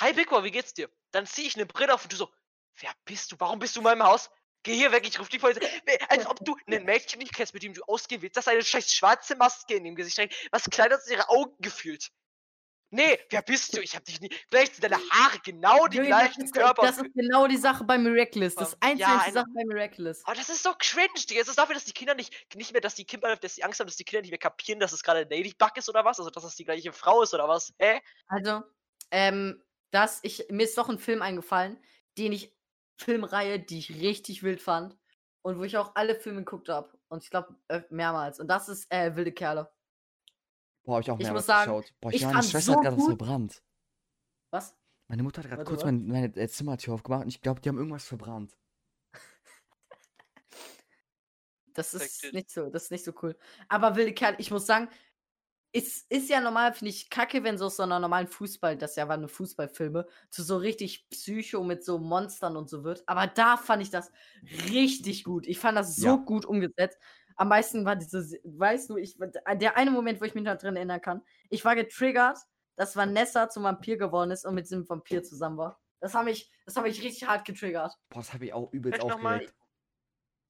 Speaker 3: hi Big Boy, wie geht's dir? Dann zieh ich eine Brille auf und du so, wer bist du? Warum bist du in meinem Haus? Geh hier weg, ich ruf die Polizei. Wer- Als ob du ein Mädchen nicht kennst, mit dem du ausgehen willst, das eine scheiß schwarze Maske in dem Gesicht trägt, was kleiner als ihre Augen gefühlt. Nee, wer bist du? Ich hab dich nie. Vielleicht sind deine Haare genau die
Speaker 1: Junge, das,
Speaker 3: gleichen
Speaker 1: ist,
Speaker 3: Körper.
Speaker 1: das ist genau die Sache bei Miraculous. Das
Speaker 3: Ja,
Speaker 1: einzige
Speaker 3: eine-
Speaker 1: die Sache bei Miraculous.
Speaker 3: Aber Oh, das ist so cringe, Digga. Es ist dafür, dass die Kinder nicht, nicht mehr, dass die Kinder, dass die Angst haben, dass die Kinder nicht mehr kapieren, dass es gerade Ladybug ist oder was? Also, dass das die gleiche Frau ist oder was? Hä?
Speaker 1: Also, ähm, dass ich mir ist doch ein Film eingefallen, den ich Filmreihe, die ich richtig wild fand und wo ich auch alle Filme geguckt habe. Und ich glaube mehrmals. Und das ist äh, Wilde Kerle.
Speaker 2: Boah, hab ich auch
Speaker 1: Ich muss
Speaker 2: mehrmals
Speaker 1: sagen,
Speaker 2: geschaut. Boah,
Speaker 1: ich
Speaker 2: meine
Speaker 1: fand
Speaker 2: Schwester
Speaker 1: so
Speaker 2: hat gerade was
Speaker 1: gut-
Speaker 2: verbrannt.
Speaker 1: Was?
Speaker 2: Meine Mutter hat gerade
Speaker 1: Warte,
Speaker 2: kurz
Speaker 1: was?
Speaker 2: mein, meine äh, Zimmertür aufgemacht und ich glaube, die haben irgendwas verbrannt.
Speaker 1: Das
Speaker 3: Zeig
Speaker 1: ist
Speaker 3: dir-
Speaker 1: nicht so, das ist nicht so cool. Aber wilde Kerl, ich muss sagen, es ist ja normal, finde ich, kacke, wenn so aus so einer normalen Fußball, das ja waren Fußballfilme, zu so richtig Psycho mit so Monstern und so wird. Aber da fand ich das richtig gut. Ich fand das so
Speaker 2: Ja.
Speaker 1: gut umgesetzt. Am meisten war diese, Se- weißt du, ich, äh, der eine Moment, wo ich mich noch drin erinnern kann, ich war getriggert, dass Vanessa zum Vampir geworden ist und mit diesem Vampir zusammen war. Das hat mich, das hat mich richtig hart getriggert.
Speaker 2: Boah, das habe ich auch übelst
Speaker 1: Halt
Speaker 3: Vielleicht noch mal-
Speaker 2: aufgeregt.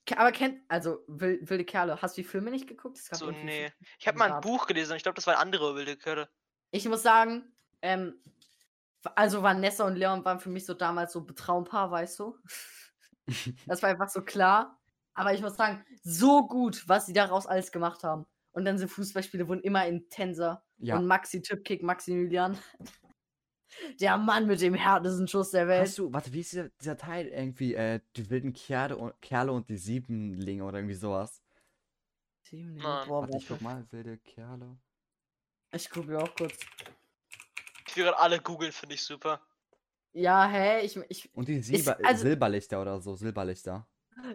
Speaker 1: Ke- Aber kennt, also Wil- wilde Kerle, hast du die Filme nicht geguckt? Es gab
Speaker 3: So,
Speaker 1: irgendwie
Speaker 3: nee.
Speaker 1: Filme.
Speaker 3: Ich habe mal ein
Speaker 1: Gab.
Speaker 3: Buch gelesen und ich glaube, das war ein anderer wilde Kerle.
Speaker 1: Ich muss sagen, ähm, also Vanessa und Leon waren für mich so damals so Traumpaar, weißt du? Das war einfach so klar. Aber ich muss sagen, so gut, was sie daraus alles gemacht haben. Und dann sind Fußballspiele wurden immer intenser.
Speaker 2: Ja.
Speaker 1: Und Maxi Tippkick, Maximilian. Der Mann mit dem härtesten Schuss der Welt.
Speaker 2: Hast du, warte, wie ist dieser, dieser Teil irgendwie? Äh, die wilden Kerle und, Kerle und die Siebenlinge oder irgendwie sowas.
Speaker 1: Ziemlich-
Speaker 3: Mann.
Speaker 1: Boah,
Speaker 2: Warte, ich guck
Speaker 1: Oh, warte.
Speaker 2: mal. Wilde Kerle.
Speaker 1: Ich gucke mir auch kurz.
Speaker 3: Ich will gerade alle googeln, finde ich super.
Speaker 1: Ja, hä? Ich, ich,
Speaker 2: Und die Silber, äh,
Speaker 1: also-
Speaker 2: Silberlichter oder so. Silberlichter.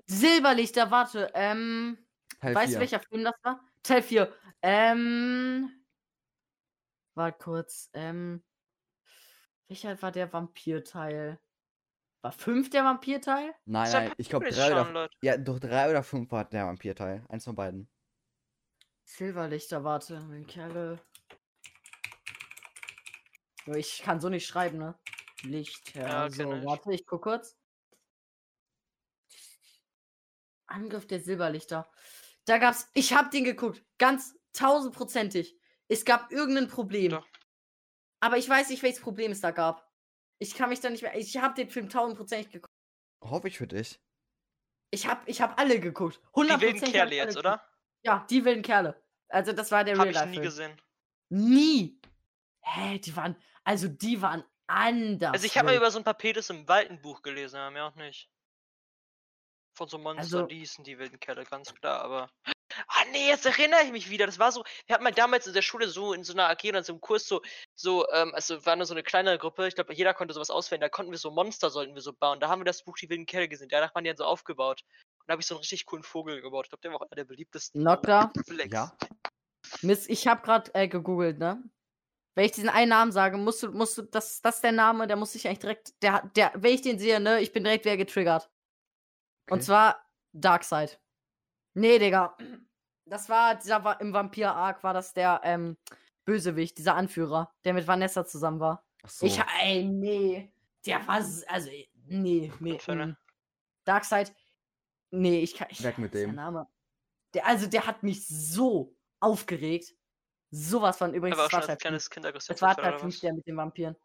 Speaker 1: Silberlichter, warte. Ähm,
Speaker 2: Teil
Speaker 1: Weißt du,
Speaker 2: vier.
Speaker 1: welcher Film das war? Teil 4. Ähm. Warte kurz. Ähm. Welcher war der Vampirteil? War 5 der Vampirteil?
Speaker 2: Nein,
Speaker 3: Sag
Speaker 2: nein, ich glaube
Speaker 3: Chris
Speaker 2: drei oder
Speaker 3: Charlotte.
Speaker 2: Ja, doch drei oder fünf war der Vampirteil. Eins von beiden.
Speaker 1: Silberlichter, warte. Mein Kerle. Jo, Ich kann so nicht schreiben, ne? Lichter.
Speaker 3: Ja,
Speaker 1: so,
Speaker 3: kenn ich.
Speaker 1: warte, ich guck kurz. Angriff der Silberlichter. Da gab's. Ich hab den geguckt. Ganz tausendprozentig. Es gab irgendein Problem.
Speaker 3: Doch.
Speaker 1: Aber ich weiß nicht, welches Problem es da gab. Ich kann mich da nicht mehr. Ich habe den Film tausendprozentig geguckt.
Speaker 2: Hoffe ich für dich.
Speaker 1: Ich habe ich hab alle geguckt.
Speaker 3: Die wilden
Speaker 1: Hundertprozentig. hab
Speaker 3: Kerle
Speaker 1: ich alle
Speaker 3: jetzt,
Speaker 1: geguckt.
Speaker 3: oder?
Speaker 1: Ja, die wilden Kerle. Also, das war der
Speaker 3: Habe
Speaker 1: Real
Speaker 3: ich
Speaker 1: Life.
Speaker 3: nie gesehen.
Speaker 1: Nie. Hä, die waren. Also, die waren anders.
Speaker 3: Also ich habe mal
Speaker 1: wild.
Speaker 3: über so ein Papetes im Wald ein Buch gelesen, aber mehr auch nicht. Von so Monster,
Speaker 1: Also-
Speaker 3: die hießen die wilden Kerle, ganz klar, aber. Ah nee, jetzt erinnere ich mich wieder. Das war so, wir hatten mal damals in der Schule so in so einer AG oder in so einem Kurs so, so, ähm, also war nur so eine kleinere Gruppe, ich glaube, jeder konnte sowas auswählen, da konnten wir so Monster sollten wir so bauen. Da haben wir das Buch Die wilden Kerle gesehen, danach waren die dann so aufgebaut. Und da habe ich so einen richtig coolen Vogel gebaut. Ich glaube, der war auch einer der beliebtesten.
Speaker 1: Nocta?
Speaker 3: Flex.
Speaker 2: Ja.
Speaker 1: Mist, ich habe gerade äh, gegoogelt, ne? Wenn ich diesen einen Namen sage, musst du, musst du, das, das ist der Name, der muss ich eigentlich direkt, der, hat- der, wenn ich den sehe, ne, ich bin direkt wieder getriggert. Und
Speaker 2: Okay.
Speaker 1: zwar Darkseid. Nee, Digga. Das war, dieser war im Vampir-Arc war das der ähm, Bösewicht, dieser Anführer, der mit Vanessa zusammen war.
Speaker 2: Ach so.
Speaker 1: Ich, ey, nee. Der war, s- also, eh, nee, nee.
Speaker 3: Unfälle.
Speaker 1: mm. Darkseid, nee, ich kann, ich,
Speaker 2: Weg mit
Speaker 1: ist der
Speaker 2: dem.
Speaker 1: Name. Der, also, der hat mich so aufgeregt. Sowas von übrigens.
Speaker 3: Der war auch
Speaker 1: das war
Speaker 3: schon als
Speaker 1: Teil fünf.
Speaker 3: kleines Kind aggressiv.
Speaker 1: Das war
Speaker 3: sexuell,
Speaker 1: Teil
Speaker 3: oder
Speaker 1: 5,
Speaker 3: was?
Speaker 1: der mit den Vampiren.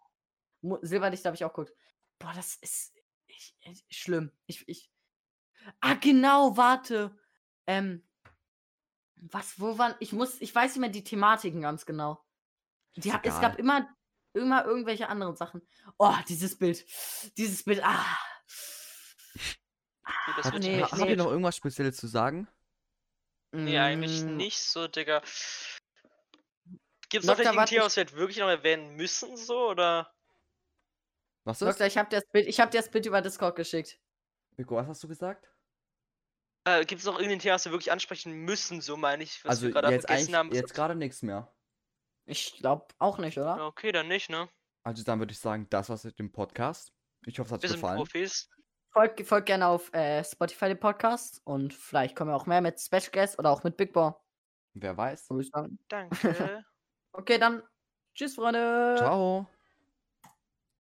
Speaker 1: Mu- Silberlicht habe ich auch geguckt. Boah, das ist ich, ich, schlimm. Ich, ich. Ah, genau, warte. Ähm. Was, wo waren. Ich muss, ich weiß nicht mehr die Thematiken ganz genau. Die,
Speaker 2: Ist
Speaker 1: ha- es
Speaker 2: egal.
Speaker 1: gab immer, immer irgendwelche anderen Sachen. Oh, dieses Bild. Dieses Bild. Ah.
Speaker 3: Nee, das
Speaker 2: Habt-
Speaker 3: wird
Speaker 1: nee,
Speaker 3: nicht
Speaker 2: ha- Habt
Speaker 1: nee.
Speaker 2: ihr noch irgendwas Spezielles zu sagen?
Speaker 3: Nee, eigentlich
Speaker 1: Mm,
Speaker 3: nicht so, Digga.
Speaker 1: Dr.
Speaker 3: Gibt's noch vielleicht ein
Speaker 1: Watt,
Speaker 3: Tier,
Speaker 1: ich-
Speaker 3: was wir halt wirklich noch erwähnen müssen, so, oder?
Speaker 2: Was ist?
Speaker 1: Doktor, ich habe dir, das Bild- ich hab dir das Bild über Discord geschickt.
Speaker 2: Biko, was hast du gesagt?
Speaker 3: Äh, gibt's noch irgendein Tier, was wir wirklich ansprechen müssen, so meine ich, was
Speaker 2: also
Speaker 3: wir gerade
Speaker 2: jetzt
Speaker 3: vergessen
Speaker 2: eigentlich,
Speaker 3: haben?
Speaker 2: jetzt gerade nichts mehr.
Speaker 1: Ich glaube auch nicht, oder?
Speaker 3: Ja, Okay, dann nicht, ne?
Speaker 2: Also dann würde ich sagen, das war's mit dem Podcast. Ich hoffe, es hat
Speaker 3: Wir
Speaker 2: euch
Speaker 3: sind
Speaker 2: gefallen.
Speaker 3: Profis.
Speaker 1: Folgt, folgt gerne auf äh, Spotify den Podcast und vielleicht kommen wir auch mehr mit Special Guests oder auch mit Big Boy.
Speaker 2: Wer weiß.
Speaker 1: Äh. würde ich sagen.
Speaker 3: Danke.
Speaker 1: Okay, dann tschüss, Freunde.
Speaker 2: Ciao.